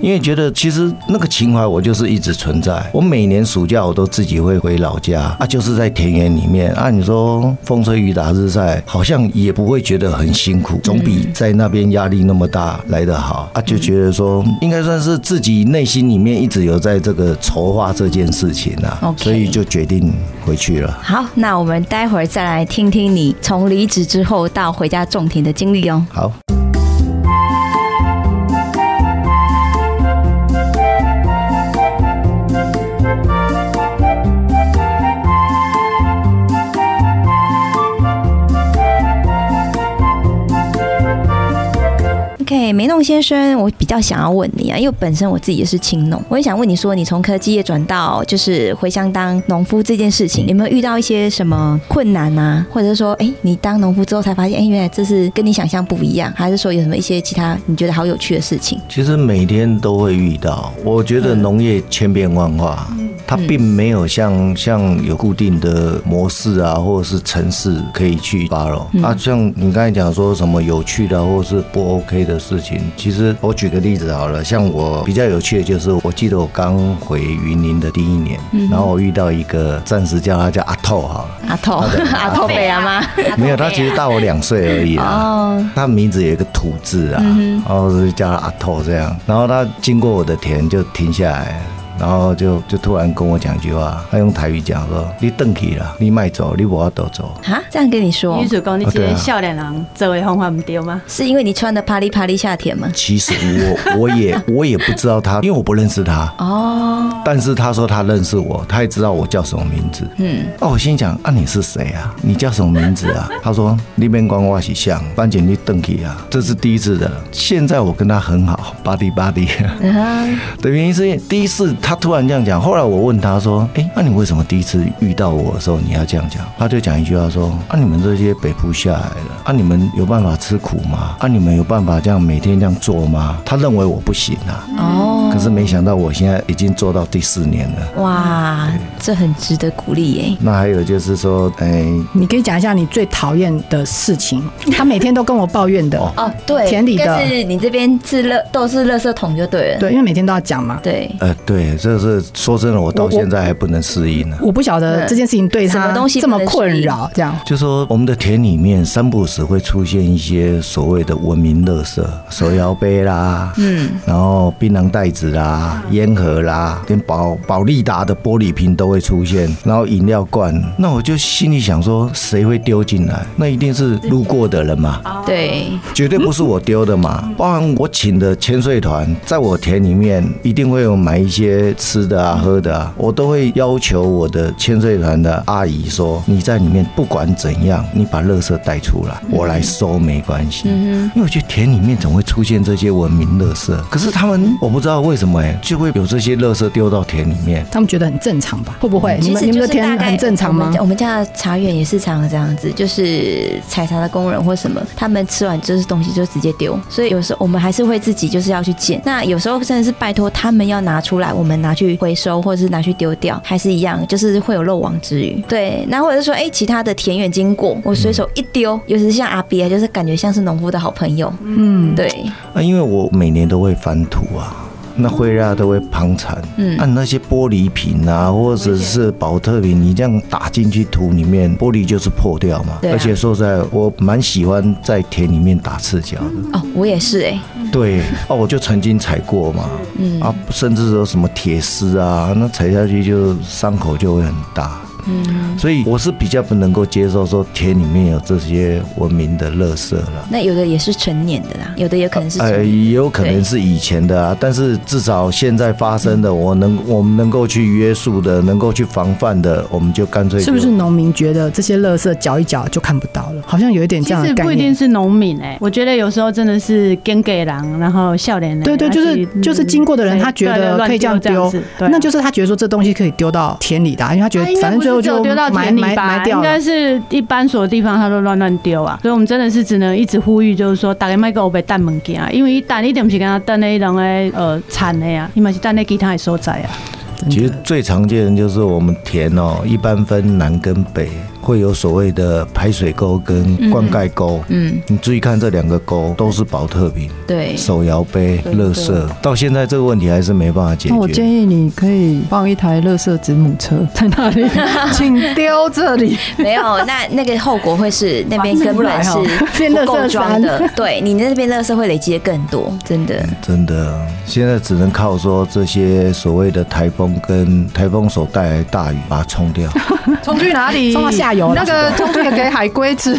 [SPEAKER 7] 因为觉得其实那个情怀我就是一直存在，我每年暑假我都自己会回老家啊，就是在田园里面啊。你说风吹雨打日晒，好像也不会觉得很辛苦，总比在那边压力那么大来得好啊。就觉得说应该算是自己内心里面一直有在这个筹划这件事情啊，
[SPEAKER 1] OK
[SPEAKER 7] 所以就决定回去了。
[SPEAKER 1] 好，那我们待会儿再来听听你从离职之后到回家种田的经历哦。
[SPEAKER 7] 好。
[SPEAKER 1] OK，梅弄先生，我比较想要问你啊，因为本身我自己也是青农，我也想问你说，你从科技业转到就是回乡当农夫这件事情，有没有遇到一些什么困难啊？或者是说，哎、你当农夫之后才发现，哎、原来这是跟你想象不一样，还是说有什么一些其他你觉得好有趣的事情？
[SPEAKER 7] 其实每天都会遇到，我觉
[SPEAKER 1] 嗯
[SPEAKER 7] 得农业千变万化，它并没有像像有固定的模式啊，或者是城市可以去 follow、啊。
[SPEAKER 1] 嗯
[SPEAKER 7] 像你刚才讲说什么有趣的或是不 OK 的事情，其实我举个例子好了，像我比较有趣的就是，我记得我刚回云林的第一年，
[SPEAKER 1] 嗯
[SPEAKER 7] 然后我遇到一个暂时叫他叫阿透好了。
[SPEAKER 1] 阿透，阿透啊哦北阿妈，
[SPEAKER 7] 没有，他其实大我两岁而已啊。他名字有一个土
[SPEAKER 1] 嗯
[SPEAKER 7] 字啊，然后就叫他阿透这样。然后他经过我的田就停下来，然后就就突然跟我讲一句话，他用台语讲说：“你邓去啦，你卖走，你不要走走。
[SPEAKER 1] 啊，这样跟你说
[SPEAKER 5] 女，主讲你
[SPEAKER 7] 啊
[SPEAKER 5] 今
[SPEAKER 7] 对啊
[SPEAKER 5] 天笑脸郎做的方法唔对吗？
[SPEAKER 1] 是因为你穿的啪哩啪哩夏天吗”？
[SPEAKER 7] 其实我 我也我也不知道他，因为我不认识他。
[SPEAKER 1] 哦，
[SPEAKER 7] 但是他说他认识我，他也知道我叫什么名字。
[SPEAKER 1] 嗯，
[SPEAKER 7] 哦，我心想啊，你是谁啊？你叫什么名字 啊？他说那边光我是像番茄你邓去啊，这是第一次的。现在我跟他很好，buddy buddy。的
[SPEAKER 1] 啊
[SPEAKER 7] 原因是因为第一次他突然这样讲，后来我问他说，哎、那、你为什么第一次遇到我的时候你要这样讲？他就讲一句话说，啊，你们这些北部下来的，啊，你们有办法吃苦吗？啊，你们有办法这样每天这样做吗？他认为我不行啊，
[SPEAKER 1] 哦，
[SPEAKER 7] 可是没想到我现在已经做到第四年了。
[SPEAKER 1] 哇，这很值得鼓励耶。
[SPEAKER 7] 那还有就是说，哎、
[SPEAKER 2] 你可以讲一下你最讨厌的事情，他每天都跟我抱怨的，
[SPEAKER 1] 哦，对，
[SPEAKER 2] 田里的
[SPEAKER 1] 但是你这边是乐都是垃圾桶就对 了。
[SPEAKER 2] 对，因为每天都要讲嘛。
[SPEAKER 1] 对，
[SPEAKER 7] 呃，对，这是说真的，我到现在还不能适应呢。啊
[SPEAKER 2] 我不晓得这件事情对
[SPEAKER 1] 什
[SPEAKER 2] 他
[SPEAKER 1] 么东西
[SPEAKER 2] 这么
[SPEAKER 1] 不能
[SPEAKER 2] 困
[SPEAKER 1] 适应
[SPEAKER 2] 扰，这样
[SPEAKER 7] 就说我们的田里面三不时会出现一些所谓的文明垃圾，手摇杯啦，嗯，然后槟榔袋子啦、烟盒啦，连宝宝利达的玻璃瓶都会出现，然后饮料罐。那我就心里想说，谁会丢进来？那一定是路过的人嘛。
[SPEAKER 1] 对，
[SPEAKER 7] 绝对不是我丢的嘛。包含我请的潜水团，在我田里面一定会有买一些吃的啊、喝的啊，我都会要求我的潜水团的阿姨说，你在里面不管怎样，你把垃圾带出来，我来收没关系。因为我觉得田里面总会出现这些文明垃圾，可是他们我不知道为什么哎、就会有这些垃圾丢到田里面。
[SPEAKER 2] 他们觉得很正常吧？会不会？你
[SPEAKER 1] 嗯其
[SPEAKER 2] 们
[SPEAKER 1] 实
[SPEAKER 2] 你
[SPEAKER 1] 就
[SPEAKER 2] 们
[SPEAKER 1] 是
[SPEAKER 2] 的
[SPEAKER 1] 大
[SPEAKER 2] 天
[SPEAKER 1] 概
[SPEAKER 2] 很正常
[SPEAKER 1] 我
[SPEAKER 2] 吗
[SPEAKER 1] 们家？我们家的茶园也是常常这样子，就是采茶的工人或什么，他们吃完这些东西就直接丢，所以有时候我们还是会自己就是要去捡。那有时候真的是拜托他们要拿出来，我们拿去回收或者是拿去丢掉，还是一样，就是会有漏网之鱼。对，那或者是说，哎、其他的田园经过，我随手一丢，尤其是像阿别，就是感觉像是农夫的好朋友。嗯，对，
[SPEAKER 7] 啊，因为我每年都会翻土啊。那灰蜡都会旁产，嗯，按、那些玻璃瓶啊，或者是保特瓶，你这样打进去土里面，玻璃就是破掉嘛。
[SPEAKER 1] 对啊
[SPEAKER 7] 而且说实在，我蛮喜欢在田里面打赤脚的。
[SPEAKER 1] 哦，我也是哎、
[SPEAKER 7] 对，哦，我就曾经踩过嘛，嗯，啊，甚至有什么铁丝啊，那踩下去就伤口就会很大。嗯，所以我是比较不能够接受说田里面有这些文明的垃圾了。
[SPEAKER 1] 那有的也是成年的啦，有的也可能是成
[SPEAKER 7] 呃，
[SPEAKER 1] 年
[SPEAKER 7] 也有可能是以前的啊，但是至少现在发生的，我能我们能够去约束的，能够去防范的，我们就干脆就是
[SPEAKER 2] 不是农民觉得这些垃圾搅一搅就看不到了？好像有一点这
[SPEAKER 5] 其
[SPEAKER 2] 样
[SPEAKER 5] 实
[SPEAKER 2] 的概
[SPEAKER 5] 不一定
[SPEAKER 2] 念。
[SPEAKER 5] 是农民哎、我觉得有时候真的是跟给狼，然后笑脸人。
[SPEAKER 2] 对对，就是就是经过的人，他觉得可以这样丢，那就是是他觉得说这东西可以丢到田里的啊，因为他觉
[SPEAKER 5] 他
[SPEAKER 2] 得
[SPEAKER 5] 啊应该
[SPEAKER 2] 反正
[SPEAKER 5] 不
[SPEAKER 2] 最后
[SPEAKER 5] 是只
[SPEAKER 2] 就
[SPEAKER 5] 有丢到
[SPEAKER 2] 埋
[SPEAKER 5] 田
[SPEAKER 2] 埋
[SPEAKER 5] 里吧
[SPEAKER 2] 埋，
[SPEAKER 5] 应
[SPEAKER 2] 掉了
[SPEAKER 5] 该。是一般所有地方他都乱乱丢啊，所以我们真的是只能一直呼吁，就是说大家卖个欧白蛋物件，啊因为一蛋一定不是跟他蛋那种诶呃产的呀，你嘛是蛋那其他的所在啊。
[SPEAKER 7] 其实最常见的就是我们田哦，一般分南跟北，会有所谓的排水沟跟灌溉沟。
[SPEAKER 1] 嗯，
[SPEAKER 7] 你注意看这两个沟都是保特瓶、
[SPEAKER 1] 对，
[SPEAKER 7] 手摇杯、垃圾，到现在这个问题还是没办法解
[SPEAKER 4] 那我建
[SPEAKER 7] 决。
[SPEAKER 4] 议你可以放一台垃圾子母车 在那 里，请丢这里。
[SPEAKER 1] 没有，那那个后果会是那边根本 是
[SPEAKER 4] 哦
[SPEAKER 2] 变
[SPEAKER 1] 不
[SPEAKER 2] 垃圾
[SPEAKER 1] 够装
[SPEAKER 2] 山
[SPEAKER 1] 的， 对你那边垃圾会累积的更多，真的。
[SPEAKER 7] 真的，现在只能靠说这些所谓的台风跟台风所带来的大雨把它冲掉。
[SPEAKER 4] 冲去哪里？
[SPEAKER 2] 冲到下游了
[SPEAKER 4] 那个冲去给海龟吃。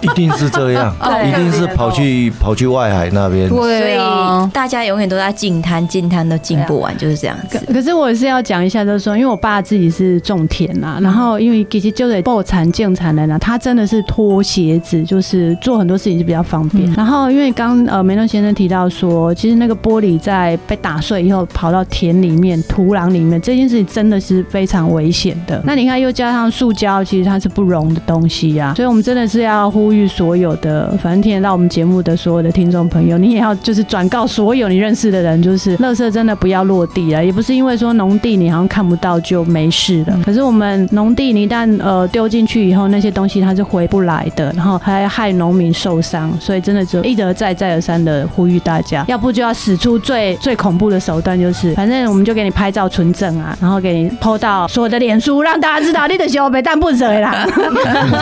[SPEAKER 7] 一定是 这样，一定是跑去跑去外海那边。
[SPEAKER 1] 所
[SPEAKER 4] 对
[SPEAKER 1] 以
[SPEAKER 4] 啊，
[SPEAKER 1] 大家永远都在进摊，进摊都进不完，就是这样
[SPEAKER 5] 可
[SPEAKER 1] 子。
[SPEAKER 5] 可是我是要讲一下，就是说，因为我爸自己是种田呐、然后因为其实就是破产、建产人啊，他真的是脱鞋子，就是做很多事情是比较方便。然后因为刚呃梅伦先生提到说，其实那个玻璃在被打碎以后跑到田里面、土壤里面，这件事情真的是非常危险的。那你看，又加上塑胶，其实它是不溶的东西呀、啊，所以我们真的是要呼吁所有的，反正听得到我们节目的所有的听众朋友，你也要就是转告所有你认识的人，就是垃圾真的不要落地啊了，也不是因为说农地你好像看不到就没事了，可是我们农地你一旦呃丢进去以后，那些东西它是回不来的，然后还害农民受伤，所以真的只有一而再再而三的呼吁大家，要不就要使出最最恐怖的手段，就是反正我们就给你拍照存证啊，然后给你 PO 到所有的脸书，让大家知道你的小北蛋不惹
[SPEAKER 3] 对啦，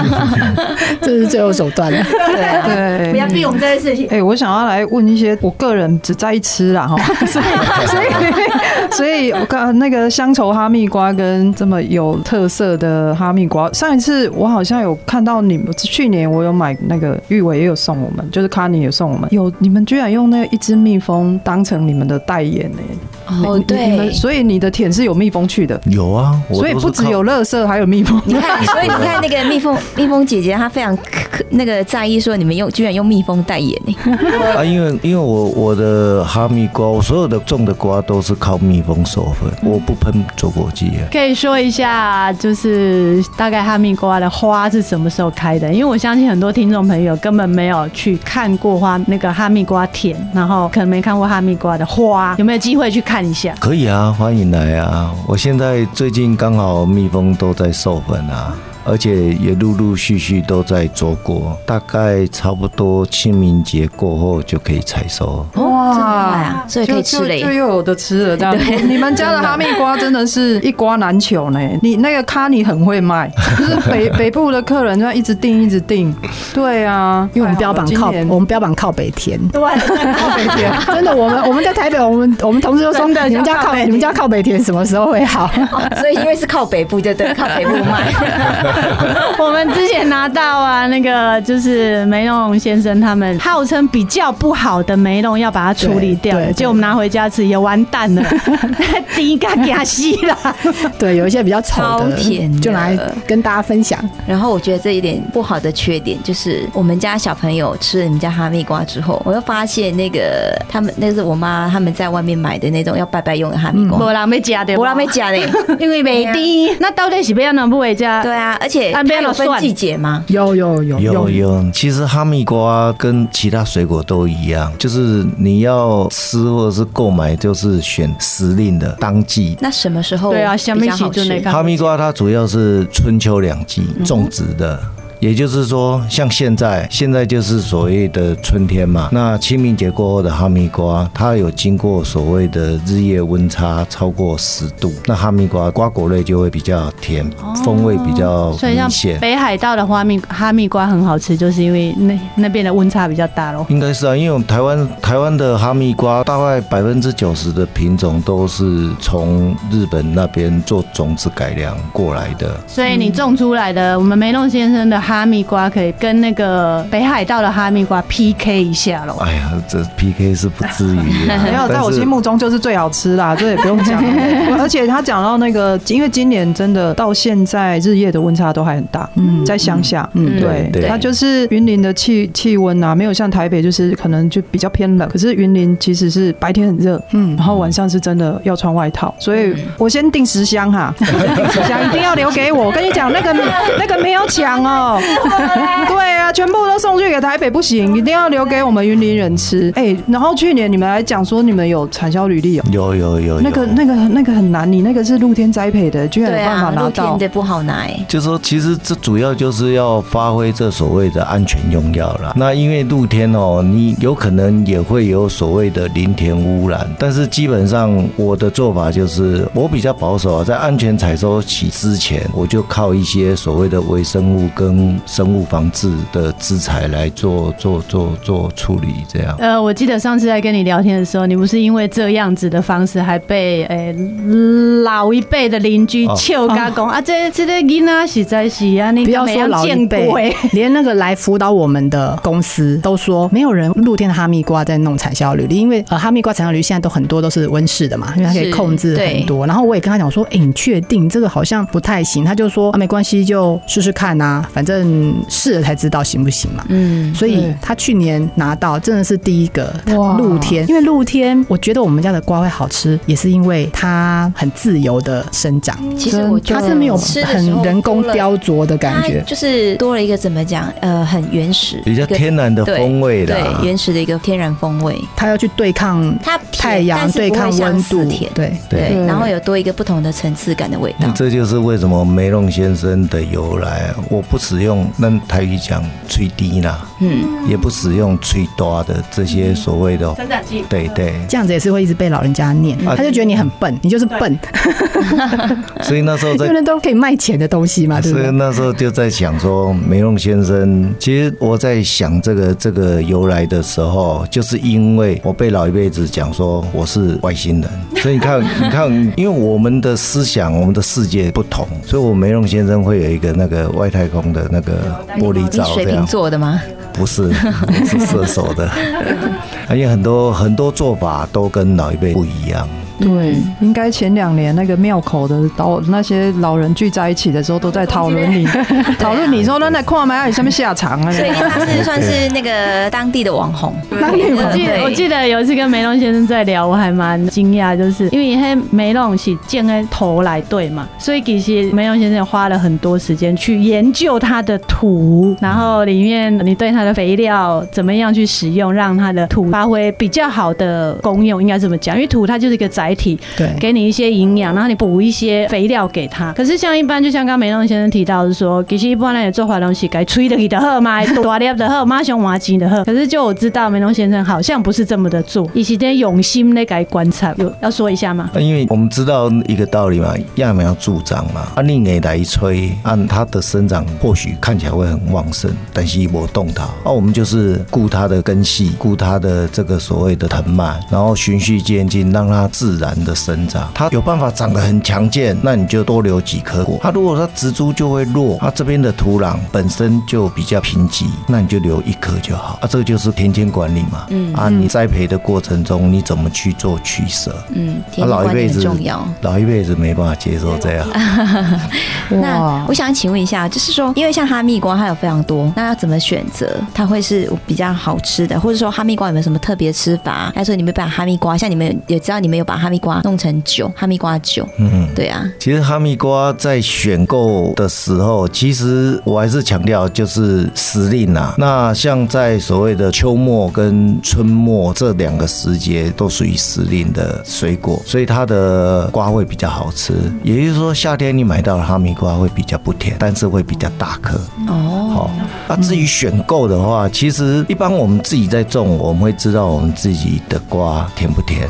[SPEAKER 2] 这是最后手段 了。
[SPEAKER 1] 对啊，
[SPEAKER 4] 对，
[SPEAKER 1] 不要逼我们这件事情。
[SPEAKER 4] 哎、我想要来问一些，我个人只在意吃啦哈， 所 以所以所以我刚那个乡愁哈密瓜跟这么有特色的哈密瓜，上一次我好像有看到你们，去年我有买那个玉伟也有送我们，就是卡尼也送我
[SPEAKER 1] 哦
[SPEAKER 4] 们，有你们居然用那一只蜜蜂当成你们的代言呢、
[SPEAKER 1] 哦，
[SPEAKER 4] 啊你你们
[SPEAKER 1] 对，
[SPEAKER 4] 所以你的舔是有蜜蜂去的，
[SPEAKER 7] 有啊，我
[SPEAKER 4] 所以
[SPEAKER 7] 都是
[SPEAKER 4] 不只
[SPEAKER 7] 靠
[SPEAKER 4] 有乐色，还有蜜蜂。
[SPEAKER 1] 你看，所以你看那个蜜蜂，蜜蜂姐姐她非常可可那个在意，说你们用居然用蜜蜂代言呢、欸
[SPEAKER 7] 啊，因为因为我我的哈密瓜，我所有的种的瓜都是靠蜜蜂授粉，
[SPEAKER 4] 嗯
[SPEAKER 7] 我不喷佐果剂啊。
[SPEAKER 5] 可以说一下，就是大概哈密瓜的花是什么时候开的？因为我相信很多听众朋友根本没有去看过花那个哈密瓜田，然后可能没看过哈密瓜的花，有没有机会去看一下？
[SPEAKER 7] 可以啊，欢迎来啊！我现在最近刚好蜜蜂都在授粉啊，而且也陆陆续续都在着果，大概差不多清明节过后就可以采收。
[SPEAKER 1] 哦，这么快啊，所以可以吃了
[SPEAKER 4] 就就
[SPEAKER 1] 耶。
[SPEAKER 4] 又有的吃了，这 样。你们家的哈密瓜真的是一瓜难求呢。 你那个咖喱很会卖，就是 北北部的客人这样一直订一直订。对啊，
[SPEAKER 2] 因为我们标榜靠，
[SPEAKER 4] 今年
[SPEAKER 2] 我们标榜靠北田，
[SPEAKER 4] 对靠北边。
[SPEAKER 2] 真的，我们我们在台北，我们我们同事都说，
[SPEAKER 4] 真的，
[SPEAKER 2] 你们家靠你们家靠北田什么时候会好？
[SPEAKER 1] 哦所以因为是靠北部，就对，靠北部卖。
[SPEAKER 5] 我们之前拿到啊，那个就是梅隆先生他们号称比较不好的梅隆要把它处理掉
[SPEAKER 2] 对对，对
[SPEAKER 5] 结果我们拿回家吃也完蛋了， 第一个给它吸 了。
[SPEAKER 2] 对，有一些比较丑
[SPEAKER 1] 超
[SPEAKER 2] 的，
[SPEAKER 1] 甜的
[SPEAKER 2] 就来跟大家分享。
[SPEAKER 1] 然后我觉得这一点不好的缺点就是，我们家小朋友吃了你们家哈密瓜之后，我又发现那个他们那是我妈他们在外面买的那种要拜拜用的哈密瓜，
[SPEAKER 5] 没人要吃对吧
[SPEAKER 1] 我让没加嘞。
[SPEAKER 5] 因为没啊低，那到底是不要哪不回家？
[SPEAKER 1] 对啊，而且
[SPEAKER 5] 啊
[SPEAKER 1] 它
[SPEAKER 5] 不要
[SPEAKER 1] 有分
[SPEAKER 5] 蒜
[SPEAKER 1] 季节吗？
[SPEAKER 2] 有有有
[SPEAKER 7] 有有，其实哈密瓜跟其他水果都一样，就是你要吃或者是购买，就是选时令的当季
[SPEAKER 1] 那什么时候
[SPEAKER 5] 对啊，下
[SPEAKER 1] 比
[SPEAKER 5] 面
[SPEAKER 1] 较
[SPEAKER 5] 起
[SPEAKER 1] 好
[SPEAKER 5] 就
[SPEAKER 1] 吃？
[SPEAKER 5] 那个
[SPEAKER 7] 哈密瓜它主要是春秋两季种植的。也就是说，像现在，现在就是所谓的春天嘛。那清明节过后的哈密瓜，它有经过所谓的日夜温差超过十度，那哈密瓜瓜果类就会比较甜，风味比较
[SPEAKER 5] 所以像
[SPEAKER 7] 明显。
[SPEAKER 5] 北海道的花蜜哈密瓜很好吃，就是因为那那边的温差比较大咯。
[SPEAKER 7] 应该是啊，因为我们台湾台湾的哈密瓜大概百分之九十的品种都是从日本那边做种子改良过来的。
[SPEAKER 5] 所以你种出来的，我们梅隆先生的哈密瓜可以跟那个北海道的哈密瓜 PK 一下咯。
[SPEAKER 7] 哎呀，这 PK 是不至于啦
[SPEAKER 4] 没有，在我
[SPEAKER 7] 但是
[SPEAKER 4] 心目中就是最好吃 啦，这也不用讲了。而且他讲到那个，因为今年真的到现在日夜的温差都还很大，嗯，在乡下，嗯，
[SPEAKER 7] 对
[SPEAKER 4] 对，
[SPEAKER 7] 对
[SPEAKER 4] 它就是云林的气气温啊，没有像台北就是可能就比较偏冷，可是云林其实是白天很热，嗯，然后晚上是真的要穿外套，所以我先订十箱哈，我先订十箱一定要留给我，我跟你讲那个那个没有抢哦，对啊，全部都送去给台北不行，一定要留给我们云林人吃。哎、然后去年你们还讲说你们有产销履历哦，
[SPEAKER 7] 有有有有
[SPEAKER 4] 那个那个那个很难，你那个是露天栽培的，居然有
[SPEAKER 1] 对
[SPEAKER 4] 办法
[SPEAKER 1] 啊，
[SPEAKER 4] 拿
[SPEAKER 1] 露
[SPEAKER 4] 到
[SPEAKER 1] 天。的不好拿哎。
[SPEAKER 7] 就说其实这主要就是要发挥这所谓的安全用药啦。那因为露天哦，你有可能也会有所谓的林田污染，但是基本上我的做法就是我比较保守啊，在安全采收期之前，我就靠一些所谓的微生物跟生物防治的资材来做做做做处理，这样。
[SPEAKER 5] 呃，我记得上次在跟你聊天的时候，你不是因为这样子的方式，还被诶、老一辈的邻居
[SPEAKER 7] 哦
[SPEAKER 5] 笑嘎讲啊，这这个囡仔实在是啊，你
[SPEAKER 2] 不要说老一
[SPEAKER 5] 见
[SPEAKER 2] 辈
[SPEAKER 5] 鬼。，
[SPEAKER 2] 连那个来辅导我们的公司都说，没有人露天的哈密瓜在弄产销履历，因为呃哈密瓜产销履历现在都很多都是温室的嘛，因为它可以
[SPEAKER 1] 是
[SPEAKER 2] 控制很多。然后我也跟他讲说，哎、你确定这个好像不太行？他就说啊，没关系，就试试看啊，反正试了才知道行不行嘛。
[SPEAKER 1] 嗯，
[SPEAKER 2] 所以
[SPEAKER 4] 对
[SPEAKER 2] 他去年拿到真的是第一个
[SPEAKER 4] 哇
[SPEAKER 2] 露天，因为露天，我觉得我们家的瓜会好吃，也是因为它很自由的生长，
[SPEAKER 1] 其实我觉
[SPEAKER 2] 它
[SPEAKER 1] 得
[SPEAKER 2] 是没有
[SPEAKER 1] 吃的时
[SPEAKER 2] 很
[SPEAKER 1] 候
[SPEAKER 2] 人工
[SPEAKER 1] 多了
[SPEAKER 2] 雕琢的感觉
[SPEAKER 1] 它。就是多了一个怎么讲？呃，很原始，
[SPEAKER 7] 比较
[SPEAKER 1] 一个
[SPEAKER 7] 天然的啊
[SPEAKER 1] 对
[SPEAKER 7] 风味啦，
[SPEAKER 1] 对原始的一个天然风味。
[SPEAKER 2] 它要去对抗
[SPEAKER 1] 它甜
[SPEAKER 2] 太阳
[SPEAKER 1] 但是
[SPEAKER 2] 对
[SPEAKER 1] 不会
[SPEAKER 2] 抗
[SPEAKER 1] 像
[SPEAKER 2] 温
[SPEAKER 1] 死
[SPEAKER 2] 度
[SPEAKER 1] 甜，
[SPEAKER 2] 对，
[SPEAKER 7] 对
[SPEAKER 1] 对，然后有多
[SPEAKER 7] 嗯
[SPEAKER 1] 一个不同的层次感的味道。
[SPEAKER 7] 这就是为什么梅隆先生的由来。我不使用咱台语讲吹低啦，嗯，也不使用吹多的这些所谓的
[SPEAKER 5] 成长记
[SPEAKER 7] 对对，
[SPEAKER 2] 这样子也是会一直被老人家念，
[SPEAKER 7] 啊
[SPEAKER 2] 他就觉得你很笨，你就是笨，
[SPEAKER 7] 所以那时候 在
[SPEAKER 2] 因为那都可以卖钱的东西嘛，对不
[SPEAKER 7] 所
[SPEAKER 2] 对？
[SPEAKER 7] 以那时候就在想说，梅弄先生，其实我在想这个这个由来的时候，就是因为我被老一辈子讲说我是外星人，所以你看， 你看，因为我们的思想、我们的世界不同，所以我梅弄先生会有一个那个外太空的那个玻璃
[SPEAKER 1] 你
[SPEAKER 7] 罩
[SPEAKER 1] 水
[SPEAKER 7] 这
[SPEAKER 1] 瓶
[SPEAKER 7] 样。
[SPEAKER 1] 座的吗？
[SPEAKER 7] 不是， 我是射手的， 而且很多很多做法都跟老一辈不一样。
[SPEAKER 4] 对，应该前两年那个庙口的老那些老人聚在一起的时候，都在讨论你， 讨论你说那那看麦有什么下场啊？
[SPEAKER 1] 所以他是算是那个当地的网红，
[SPEAKER 2] 那你
[SPEAKER 5] 我记得我记得有一次跟梅龙先生在聊，我还蛮惊讶，就是因为迄梅龙是建在头来对嘛，所以其实梅龙先生花了很多时间去研究它的土，然后里面你对它的肥料怎么样去使用，让它的土发挥比较好的功用，应该这么讲，因为土它就是一个载体，
[SPEAKER 2] 对，
[SPEAKER 5] 给你一些营养，然后你补一些肥料给它。可是像一般，就像刚刚梅龙先生提到的说，其实一般人也做法东西，该吹的的喝嘛，大粒的喝，马上瓦吉的喝。可是就我知道，梅龙先生好像不是这么的做，以是在用心来给观察。有要说一下吗？
[SPEAKER 7] 那因为我们知道一个道理嘛，揠苗助长嘛，啊，你给来吹，按它的生长或许看起来会很旺盛，但是我动它，啊，我们就是顾它的根系，顾它的这个所谓的藤蔓，然后循序渐进，让它自然的生长。它有办法长得很强健，那你就多留几颗果。它如果它植株就会弱，它这边的土壤本身就比较贫瘠，那你就留一颗就好。啊，这个就是田间管理嘛，嗯啊，你栽培的过程中你怎么去做取舍？
[SPEAKER 1] 嗯，田
[SPEAKER 7] 他
[SPEAKER 1] 地
[SPEAKER 7] 啊老一
[SPEAKER 1] 观
[SPEAKER 7] 辈
[SPEAKER 1] 念很
[SPEAKER 7] 子
[SPEAKER 1] 重要。
[SPEAKER 7] 老一辈子没办法接受这样。
[SPEAKER 1] 那我想请问一下，就是说，因为像哈密瓜它有非常多，那要怎么选择它会是比较好吃的，或者说哈密瓜有没有什么特别吃法？还是说你们把哈密瓜，像你们也知道你们有把哈密瓜弄成酒，哈密瓜酒，
[SPEAKER 7] 嗯，
[SPEAKER 1] 对啊，
[SPEAKER 7] 其实哈密瓜在选购的时候，其实我还是强调就是时令啊。那像在所谓的秋末跟春末这两个时节，都属于时令的水果，所以它的瓜会比较好吃。也就是说，夏天你买到的哈密瓜会比较不甜，但是会比较大颗。
[SPEAKER 1] 哦，
[SPEAKER 7] 好，那至于选购的话，其实一般我们自己在种，我们会知道我们自己的瓜甜不甜。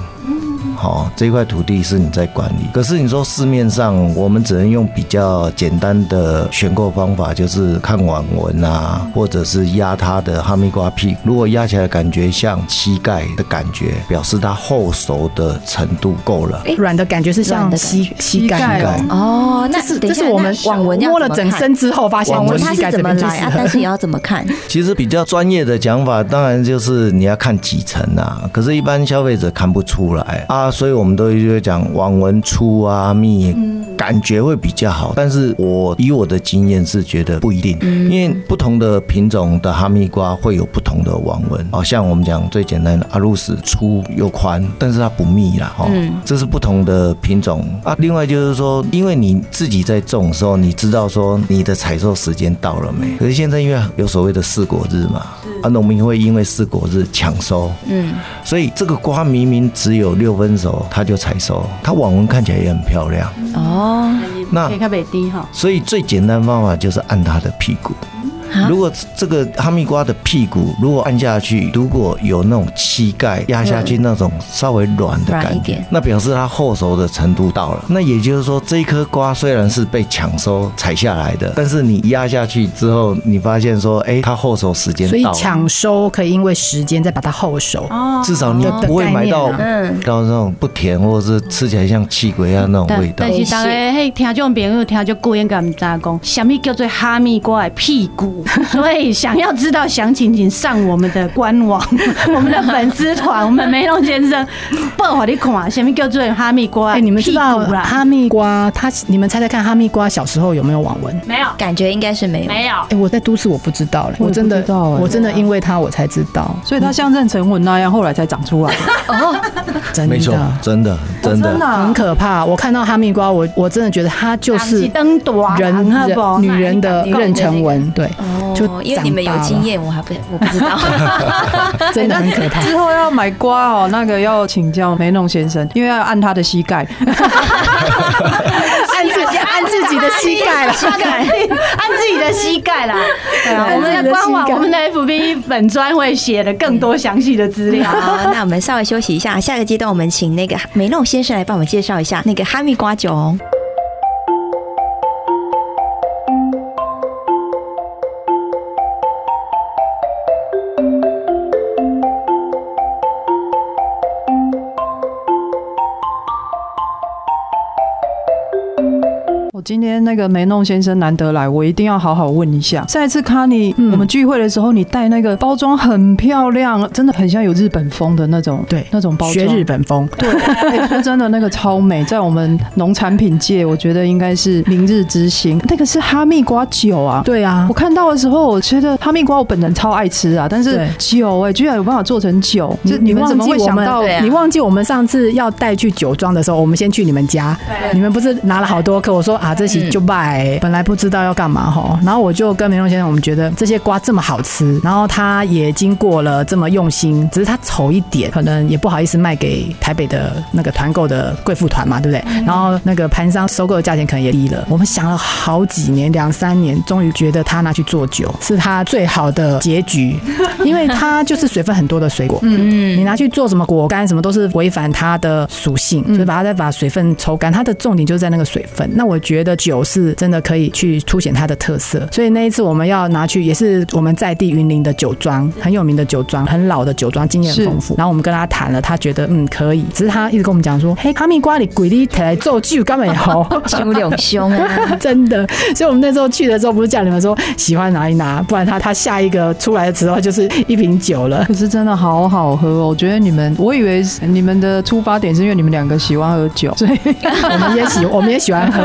[SPEAKER 7] 好，这块土地是你在管理，可是你说市面上，我们只能用比较简单的选购方法，就是看网文啊，或者是压它的哈密瓜屁股。如果压起来感觉像膝盖的感觉，表示它后熟的程度够了。
[SPEAKER 2] 软的感觉是
[SPEAKER 1] 软
[SPEAKER 2] 像
[SPEAKER 1] 的感觉
[SPEAKER 2] 膝膝盖
[SPEAKER 4] 膝
[SPEAKER 2] 吗
[SPEAKER 4] 盖。
[SPEAKER 1] 哦，那
[SPEAKER 2] 这是
[SPEAKER 1] 等
[SPEAKER 2] 这
[SPEAKER 1] 一
[SPEAKER 2] 是
[SPEAKER 1] 下
[SPEAKER 2] 我们
[SPEAKER 1] 那网文要
[SPEAKER 2] 摸了
[SPEAKER 1] 怎
[SPEAKER 2] 整
[SPEAKER 1] 么看
[SPEAKER 2] 身之后，发现
[SPEAKER 1] 网
[SPEAKER 2] 我
[SPEAKER 1] 文它
[SPEAKER 2] 膝
[SPEAKER 1] 是
[SPEAKER 2] 盖这
[SPEAKER 1] 怎么
[SPEAKER 2] 边最
[SPEAKER 1] 来
[SPEAKER 2] 适
[SPEAKER 1] 啊？
[SPEAKER 2] 合
[SPEAKER 1] 但。是也要怎么 看？
[SPEAKER 7] 其实比较专业的讲法，当然就是你要看几层啊。可是，一般消费者看不出来啊，所以我们都就会讲网纹粗啊、密，感觉会比较好。但是我以我的经验是觉得不一定，因为不同的品种的哈密瓜会有不同的网纹。哦，像我们讲最简单的阿鲁斯，粗又宽，但是它不密啦。哦，这是不同的品种啊。另外就是说，因为你自己在种的时候，你知道说你的采收时间到了没？可是现在因为有所谓的试果日嘛，啊，农民会因为试果日抢收，
[SPEAKER 1] 嗯，
[SPEAKER 7] 所以这个瓜明明只有六分熟，它就采收，它网纹看起来也很漂亮。
[SPEAKER 1] 哦，
[SPEAKER 7] 那
[SPEAKER 5] 可以看北低哈，
[SPEAKER 7] 所以最简单的方法就是按它的屁股。如果这个哈密瓜的屁股如果按下去，如果有那种膝盖压下去那种稍微软的
[SPEAKER 1] 软一
[SPEAKER 7] 感觉
[SPEAKER 1] 点，
[SPEAKER 7] 那表示它后熟的程度到了。那也就是说，这一颗瓜虽然是被抢收采下来的，但是你压下去之后，你发现说，哎，它后熟时间
[SPEAKER 2] 所以
[SPEAKER 7] 到了，
[SPEAKER 2] 抢收可以因为时间再把它后熟，
[SPEAKER 1] 哦
[SPEAKER 7] 至少你不会买到
[SPEAKER 2] 的概
[SPEAKER 1] 嗯，
[SPEAKER 7] 到那种不甜或者是吃起来像气鬼一样那种
[SPEAKER 5] 但
[SPEAKER 7] 味道
[SPEAKER 5] 但。是大家迄听众朋友听就固应该唔知讲，什么叫做哈密瓜的屁 股？所以想要知道详情，请上我们的官 网、我们的粉丝团、我们梅龙先生报给你看，啊什么叫做哈密瓜
[SPEAKER 2] 哎、
[SPEAKER 5] 的
[SPEAKER 2] 你们知
[SPEAKER 5] 屁股啊
[SPEAKER 2] 道
[SPEAKER 5] 啦？
[SPEAKER 2] 哈密瓜，它你们猜猜看，哈密瓜小时候有没有网纹？
[SPEAKER 5] 没有，
[SPEAKER 1] 感觉应该是没有。
[SPEAKER 5] 没有。
[SPEAKER 2] 哎、我在都市我不知道嘞，我真的
[SPEAKER 4] 知道
[SPEAKER 1] 欸
[SPEAKER 4] 哎
[SPEAKER 2] 我真的因为它我才知道，
[SPEAKER 4] 所以它像妊娠纹那样，后来才长 出来。
[SPEAKER 2] 真
[SPEAKER 7] 没错
[SPEAKER 2] 的，
[SPEAKER 7] 真的，真的。
[SPEAKER 1] 啊
[SPEAKER 2] 很可怕。我看到哈密瓜，我我真的觉得它就是
[SPEAKER 5] 灯短啊
[SPEAKER 2] 人
[SPEAKER 1] 啊
[SPEAKER 2] 人女人的妊娠，纹，对，就
[SPEAKER 1] 哦，因为
[SPEAKER 2] 长
[SPEAKER 1] 你们有
[SPEAKER 2] 大了
[SPEAKER 1] 经，验，我还不我不 知道。
[SPEAKER 2] 真的很可怕。
[SPEAKER 4] 之后要买瓜 哦，那个要请教梅弄先生，因为要按他的膝盖。
[SPEAKER 2] 按自按自己的膝盖了。
[SPEAKER 1] 膝盖，
[SPEAKER 5] 按自己的膝 盖啦。对啊，我们的官网，我们的 FB 本专会写的更多详细的资料。
[SPEAKER 1] 好，啊 那我们稍微休息一下，下个阶段我们请那个梅弄先生来帮我们介绍一下那个哈密瓜酒 哦。
[SPEAKER 4] 我今天那个梅弄先生难得来，我一定要好好问一下。上一次康妮
[SPEAKER 2] 嗯
[SPEAKER 4] 我们聚会的时候，你带那个包装很漂亮，真的很像有日本风的那种，
[SPEAKER 2] 对
[SPEAKER 4] 那种 包装。
[SPEAKER 2] 学日本风，
[SPEAKER 4] 对，哎说真的，那个超美，在我们农产品界，我觉得应该是明日之星。那个是哈密瓜酒啊，
[SPEAKER 2] 对啊
[SPEAKER 4] 我，看到的时候，我觉得哈密瓜我本人超爱吃啊，但是
[SPEAKER 2] 对
[SPEAKER 4] 酒哎、居然有办法做成酒，就
[SPEAKER 2] 你
[SPEAKER 4] 你们
[SPEAKER 2] 忘
[SPEAKER 4] 怎么
[SPEAKER 2] 记
[SPEAKER 4] 会
[SPEAKER 2] 我
[SPEAKER 4] 想
[SPEAKER 2] 们
[SPEAKER 4] 到？
[SPEAKER 1] 对啊
[SPEAKER 2] 你忘记我们上次要带去酒庄的时候，我们先去你们家，你们不是拿了好多颗？我说啊，这
[SPEAKER 1] 嗯
[SPEAKER 2] 些就拜，本来不知道要干嘛哈。然后我就跟梅龙先生，我们觉得这些瓜这么好吃，然后他也经过了这么用心，只是他丑一点，可能也不好意思卖给台北的那个团购的贵妇团嘛，对不
[SPEAKER 4] 嗯
[SPEAKER 2] 对？然后那个盘商收购的价钱可能也低了。我们想了好几年，两三年，终于觉得他拿去做酒是他最好的结局，因为它就是水分很多的水果。你拿去做什么果干，什么都是违反它的属性，就是把它再把水分抽干。它的重点就是在那个水分。那我觉得酒是真的可以去凸显它的特色，所以那一次我们要拿去，也是我们在地云林的酒庄，很有名的酒庄，很老的酒庄，经验很丰富。然后我们跟他谈了，他觉得嗯可以，只是他一直跟我们讲说，嘿，哈密瓜你鬼力来做酒干嘛 好？
[SPEAKER 1] 胸两胸啊，
[SPEAKER 2] 真的，所以我们那时候去的时候，不是叫你们说喜欢拿一拿，不然他他下一个出来的时候就是一瓶酒了。
[SPEAKER 4] 可是真的好好喝哦！我觉得你们，我以为是你们的出发点是因为你们两个喜欢喝酒，所以
[SPEAKER 2] 我们也喜我们也喜欢喝，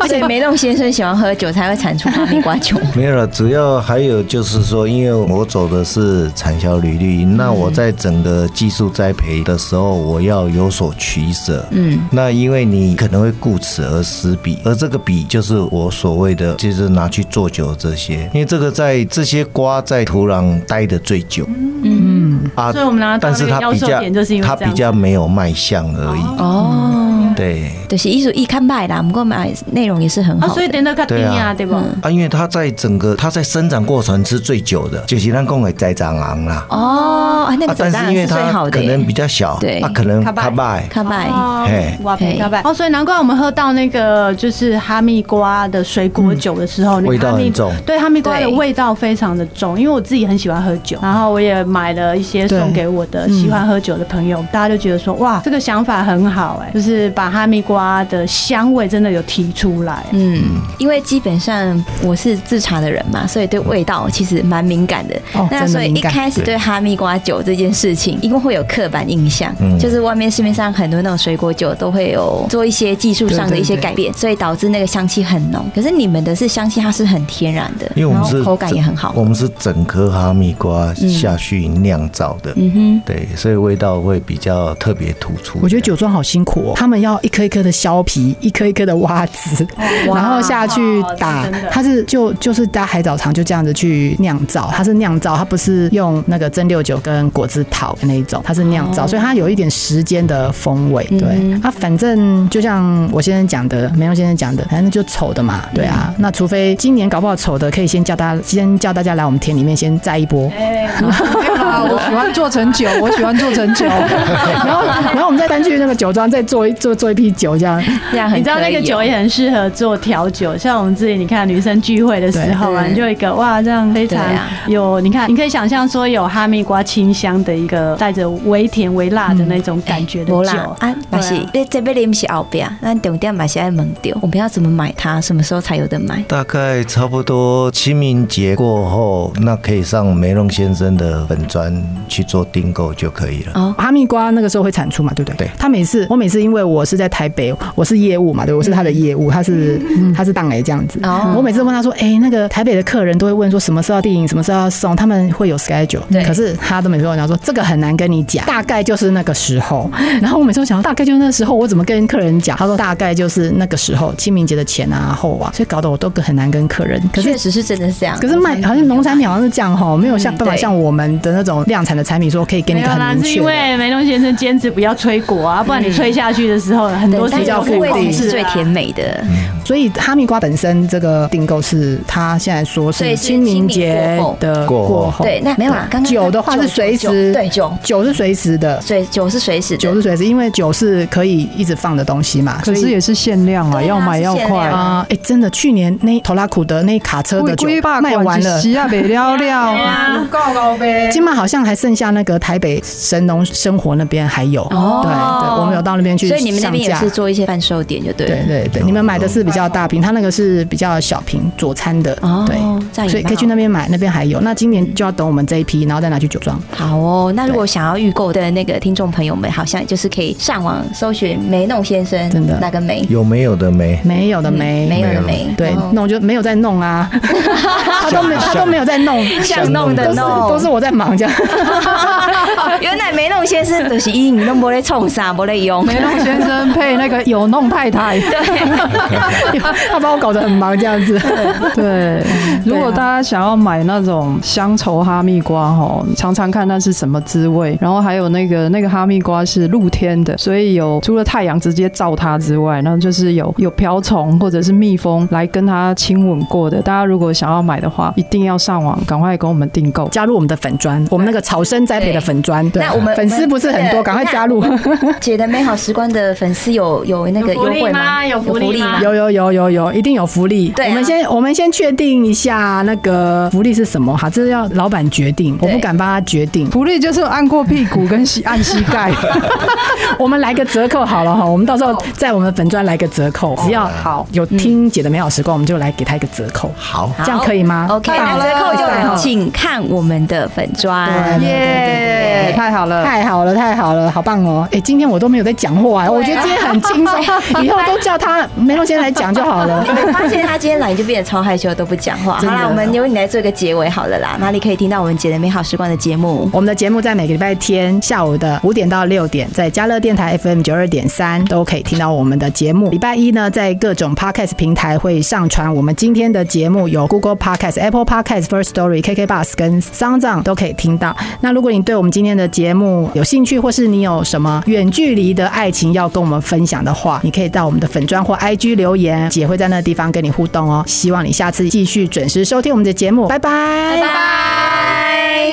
[SPEAKER 1] 而且梅弄先生喜欢喝酒，才会产出哈密瓜 酒。
[SPEAKER 7] 没有了，主要还有就是说，因为我走的是产销履历，
[SPEAKER 5] 嗯
[SPEAKER 7] 那我在整个技术栽培的时候，我要有所取舍。嗯，那因为你可能会顾此而失彼，而这个彼就是我所谓的，就是拿去做酒这些，因为这个在这些瓜在土壤待的最久。嗯啊
[SPEAKER 5] 所以我们拿到
[SPEAKER 7] 但是
[SPEAKER 5] 那个
[SPEAKER 7] 它
[SPEAKER 5] 销
[SPEAKER 7] 比
[SPEAKER 5] 售
[SPEAKER 7] 较
[SPEAKER 5] 点就是因为
[SPEAKER 7] 它
[SPEAKER 5] 这
[SPEAKER 7] 比
[SPEAKER 5] 样
[SPEAKER 7] 较没有卖相而已。
[SPEAKER 1] 哦，
[SPEAKER 7] 对。
[SPEAKER 1] 就是艺术一看卖啦，我们购买内容也是很
[SPEAKER 2] 嗯
[SPEAKER 5] 啊，
[SPEAKER 1] 好
[SPEAKER 5] 所以
[SPEAKER 1] 的。
[SPEAKER 5] 等到较甜啊，对不？
[SPEAKER 7] 啊，因为它在整个它在生长过程是最久的，就是咱讲的栽长昂啦。
[SPEAKER 1] 哦，啊那个
[SPEAKER 7] 啊，
[SPEAKER 1] 酒
[SPEAKER 7] 但
[SPEAKER 1] 当
[SPEAKER 7] 是
[SPEAKER 1] 然
[SPEAKER 7] 因为
[SPEAKER 1] 是最
[SPEAKER 7] 它
[SPEAKER 1] 好的
[SPEAKER 7] 可
[SPEAKER 1] 耶，
[SPEAKER 7] 能比较小，
[SPEAKER 1] 对
[SPEAKER 7] 它可能
[SPEAKER 5] 卡拜
[SPEAKER 7] 它卖，
[SPEAKER 1] 看卖
[SPEAKER 5] 哦
[SPEAKER 7] 嘿
[SPEAKER 5] 哇
[SPEAKER 1] 嘿
[SPEAKER 5] 要不然哦，所以难怪我们喝到那个就是哈密瓜的水果酒的时候，那个
[SPEAKER 7] 味道
[SPEAKER 5] 哈密
[SPEAKER 7] 很重
[SPEAKER 5] 对哈密瓜的
[SPEAKER 1] 对
[SPEAKER 5] 味道非常的重，因为我自己很喜欢喝酒，然后我也买了一些送给我的喜欢喝酒的朋友，大家就觉得说哇，这个想法很好哎，就是把哈密瓜的香味真的有提出来。
[SPEAKER 1] 嗯，因为基本上我是制茶的人嘛，所以对味道其实蛮敏感的。
[SPEAKER 2] 哦真
[SPEAKER 1] 那
[SPEAKER 2] 的
[SPEAKER 1] 所以一
[SPEAKER 2] 敏感
[SPEAKER 1] 开始对哈密瓜酒这件事情，因为会有刻板印象，
[SPEAKER 7] 嗯
[SPEAKER 1] 就是外面市面上很多那种水果酒都会有做一些技术上的一些
[SPEAKER 2] 对对对
[SPEAKER 1] 改变，所以导致那个香气很浓。可是你们的是香气，它是很天然的，
[SPEAKER 7] 因为我们
[SPEAKER 1] 然后
[SPEAKER 7] 是
[SPEAKER 1] 口感也很好
[SPEAKER 2] 哦
[SPEAKER 7] 我。们是整颗哈密瓜下去酿造的，
[SPEAKER 1] 嗯哼，
[SPEAKER 7] 对，所以味道会比较特别突出。
[SPEAKER 2] 我觉得酒庄好辛苦哦，他们要一颗一颗的削皮，一颗一颗的挖籽，然后下去打
[SPEAKER 5] 哦是真的。
[SPEAKER 2] 它是就就是搭海藻糖就这样子去酿造，它是酿造，它不是用那个蒸馏酒跟果汁桃那一种，它是酿
[SPEAKER 5] 哦
[SPEAKER 2] 造，所以它有一点时间的风
[SPEAKER 5] 嗯
[SPEAKER 2] 味。对，它反正就像我先生讲的，梅荣先生讲的，反正就丑的嘛，对
[SPEAKER 5] 嗯
[SPEAKER 2] 啊。那除非今年搞不好丑的，可以先叫大家先叫大家来我们田里面先摘一波，
[SPEAKER 4] 没有啦。我喜欢做成酒，我喜欢 做成酒。
[SPEAKER 2] 然后然后我们再搬去那个酒庄再做一做做一批酒这样。
[SPEAKER 1] 这样很
[SPEAKER 5] 你知道
[SPEAKER 1] 可
[SPEAKER 5] 那个
[SPEAKER 1] 以
[SPEAKER 5] 酒
[SPEAKER 1] 哦
[SPEAKER 5] 也很适合做调酒，像我们自己，你看女生聚会的时候啊，
[SPEAKER 1] 对
[SPEAKER 5] 你就有一个哇，这样非常
[SPEAKER 1] 对啊
[SPEAKER 5] 有，你看，你可以想象说有哈密瓜清香的一个带着微甜微辣的那种感觉的
[SPEAKER 1] 无
[SPEAKER 5] 酒
[SPEAKER 1] 嗯哎啦，啊，
[SPEAKER 5] 对
[SPEAKER 1] 嘛
[SPEAKER 5] 啊
[SPEAKER 1] 是，这这边啉是后边，咱重点嘛是爱问掉，我们要怎么买它，什么时候才有得买？
[SPEAKER 7] 大概差不多清明节过后，那可以上梅龙先生的粉砖去做订购就可以了。
[SPEAKER 1] 啊
[SPEAKER 2] 哈密瓜那个时候会产出嘛，对不对？
[SPEAKER 7] 对
[SPEAKER 2] 他每次我每次因为我是在台北，我是业务嘛，对，我是他的业务，他是他是档哎这样子。
[SPEAKER 1] 哦
[SPEAKER 2] 我每次问他说，哎，那个台北的客人都会问说什么时候要订，什么时候要送，他们会有 schedule，
[SPEAKER 1] 对
[SPEAKER 2] 可是他都每次跟我讲说这个很难跟你讲，大概就是那个时候。 然后我每次都想，大概就是那个时候，我怎么跟客人讲？他说大概就是那个时候，清明节的前啊后啊，所以搞得我都很难跟客人。可是
[SPEAKER 1] 确实是真的是这样。
[SPEAKER 2] 可是卖好像农产品好像是这样吼，没有像
[SPEAKER 1] 嗯
[SPEAKER 2] 办法
[SPEAKER 1] 对
[SPEAKER 2] 像我们的那种量产的产品说可以给
[SPEAKER 5] 没
[SPEAKER 2] 你一
[SPEAKER 5] 有
[SPEAKER 2] 个
[SPEAKER 5] 啦
[SPEAKER 2] 很，明
[SPEAKER 5] 是
[SPEAKER 2] 确
[SPEAKER 5] 因
[SPEAKER 2] 的。
[SPEAKER 5] 为梅东先生坚持不要吹果啊，不然你吹下去的时后，很多事
[SPEAKER 1] 嗯对，但
[SPEAKER 5] 情
[SPEAKER 2] 较
[SPEAKER 5] 都可
[SPEAKER 1] 有部
[SPEAKER 5] 以
[SPEAKER 1] 位
[SPEAKER 5] 控
[SPEAKER 1] 才是
[SPEAKER 5] 制
[SPEAKER 1] 最
[SPEAKER 5] 啊
[SPEAKER 1] 甜美的。
[SPEAKER 2] 所以哈密瓜本身这个订购是它现在说
[SPEAKER 1] 对
[SPEAKER 2] 是
[SPEAKER 1] 是
[SPEAKER 2] 清明节
[SPEAKER 1] 清明过后
[SPEAKER 2] 的
[SPEAKER 7] 过后
[SPEAKER 2] 过后，
[SPEAKER 1] 对，那没
[SPEAKER 2] 啊
[SPEAKER 1] 有啦，刚刚
[SPEAKER 2] 酒的话是
[SPEAKER 1] 酒
[SPEAKER 2] 随
[SPEAKER 1] 酒
[SPEAKER 2] 时
[SPEAKER 1] 对酒，
[SPEAKER 2] 酒是随时的，
[SPEAKER 1] 所以酒是随时的
[SPEAKER 2] 酒是随时，因为酒是可以一直放的东西嘛，
[SPEAKER 4] 可
[SPEAKER 2] 所
[SPEAKER 4] 是
[SPEAKER 2] 以。
[SPEAKER 4] 也是限量啊，
[SPEAKER 1] 对啊
[SPEAKER 4] 要买要
[SPEAKER 1] 是限量
[SPEAKER 4] 快。
[SPEAKER 2] 啊，哎、真的，去年那头拉苦德那卡车的酒
[SPEAKER 4] 贵八
[SPEAKER 2] 卖完了，
[SPEAKER 4] 西啊，北了
[SPEAKER 5] 啊
[SPEAKER 4] 了，够高呗。
[SPEAKER 2] 金马好像还剩下那个台北神农生活那边还有，
[SPEAKER 1] 哦
[SPEAKER 2] 对对，我们有到那边去
[SPEAKER 1] 所
[SPEAKER 2] 上
[SPEAKER 1] 以
[SPEAKER 2] 架。
[SPEAKER 1] 你们那边也是做一些贩售点，就对了。
[SPEAKER 2] 对对
[SPEAKER 4] 哦
[SPEAKER 2] 对，你们买的是比较大瓶，它那个是比较小瓶佐餐的，
[SPEAKER 1] 哦这样
[SPEAKER 2] 对，
[SPEAKER 1] 也
[SPEAKER 2] 所以可以去那边买，那边还有。那今年就要等我们这一批，然后再拿去酒庄。
[SPEAKER 1] 好哦，那如果想要预购的那个听众朋友们，好像就是可以上网搜寻梅弄先生，
[SPEAKER 2] 真的
[SPEAKER 1] 哪个梅？
[SPEAKER 7] 有没有的没？
[SPEAKER 2] 没有的
[SPEAKER 1] 嗯没
[SPEAKER 2] 没，哦
[SPEAKER 1] 有的梅，
[SPEAKER 2] 对
[SPEAKER 1] 然后，
[SPEAKER 2] 弄就没有在弄 啊，他都没有他都没有在弄，
[SPEAKER 1] 想弄的
[SPEAKER 2] 都是
[SPEAKER 1] 弄，
[SPEAKER 2] 都是我在忙 这样。
[SPEAKER 1] 哦原来梅弄先生就是伊，你弄不咧冲啥，不咧用。
[SPEAKER 4] 梅龙先生配那个有弄太太，
[SPEAKER 2] 他把我搞得很忙这样子。
[SPEAKER 4] 对，如果大家想要买那种乡愁哈密瓜吼，你尝尝看那是什么滋味。然后还有那个那个哈密瓜是露天的，所以有除了太阳直接照它之外，然后就是有有瓢虫或者是蜜蜂来跟它亲吻过的。大家如果想要买的话，一定要上网，赶快跟我们订购。
[SPEAKER 2] 加入我们的粉砖，我们那个草生栽培的粉砖，对啊
[SPEAKER 1] 那我们
[SPEAKER 2] 粉丝不是很多，赶快加入。
[SPEAKER 1] 姐的美好时光的粉丝有有那个优惠吗？
[SPEAKER 5] 有福利吗有福利吗
[SPEAKER 2] 有有有有有，一定有福利。
[SPEAKER 1] 对啊
[SPEAKER 2] 我们先我们先确定一下那个福利是什么哈，这是要老板决定，我
[SPEAKER 1] 对
[SPEAKER 2] 不敢帮他决定。
[SPEAKER 4] 福利就是按过屁股跟膝按膝盖，
[SPEAKER 2] 我们来个折扣好了哈，我们到时候在我们粉砖来个折扣，只要好嗯有听姐的美好时光，我们就来给他一个折扣，
[SPEAKER 7] 好，
[SPEAKER 1] 好
[SPEAKER 2] 这样可以吗
[SPEAKER 1] ？OK，
[SPEAKER 4] 太
[SPEAKER 1] 那
[SPEAKER 4] 好了
[SPEAKER 1] 折
[SPEAKER 4] 太
[SPEAKER 1] 扣
[SPEAKER 4] 好
[SPEAKER 1] 就
[SPEAKER 4] 了
[SPEAKER 1] 请看我们的粉砖。
[SPEAKER 4] 耶，太好了。
[SPEAKER 2] 太好了，太好了，好棒哦！哎，今天我都没有在讲话，我觉得今天很轻松，以后都叫他梅龙先来讲就好了。
[SPEAKER 1] 发现他今天来就变得超害羞，都不讲话。好
[SPEAKER 2] 真的
[SPEAKER 1] 啦，我们由你来做一个结尾好了啦。哪里可以听到我们姐的美好时光的节目？
[SPEAKER 2] 我们的节目在每个礼拜天下午的五点到六点，在嘉乐电台 FM 九二点三都可以听到我们的节目。礼拜一呢，在各种 Podcast 平台会上传我们今天的节目，有 Google Podcast、Apple Podcast、First Story、KK Bus 跟 Sound On 都可以听到。那如果你对我们今天的节目有兴趣，或是你有什么远距离的爱情要跟我们分享的话，你可以到我们的粉砖或 IG 留言，姐会在那个地方跟你互动哦。希望你下次继续准时收听我们的节目，拜拜
[SPEAKER 1] 拜拜。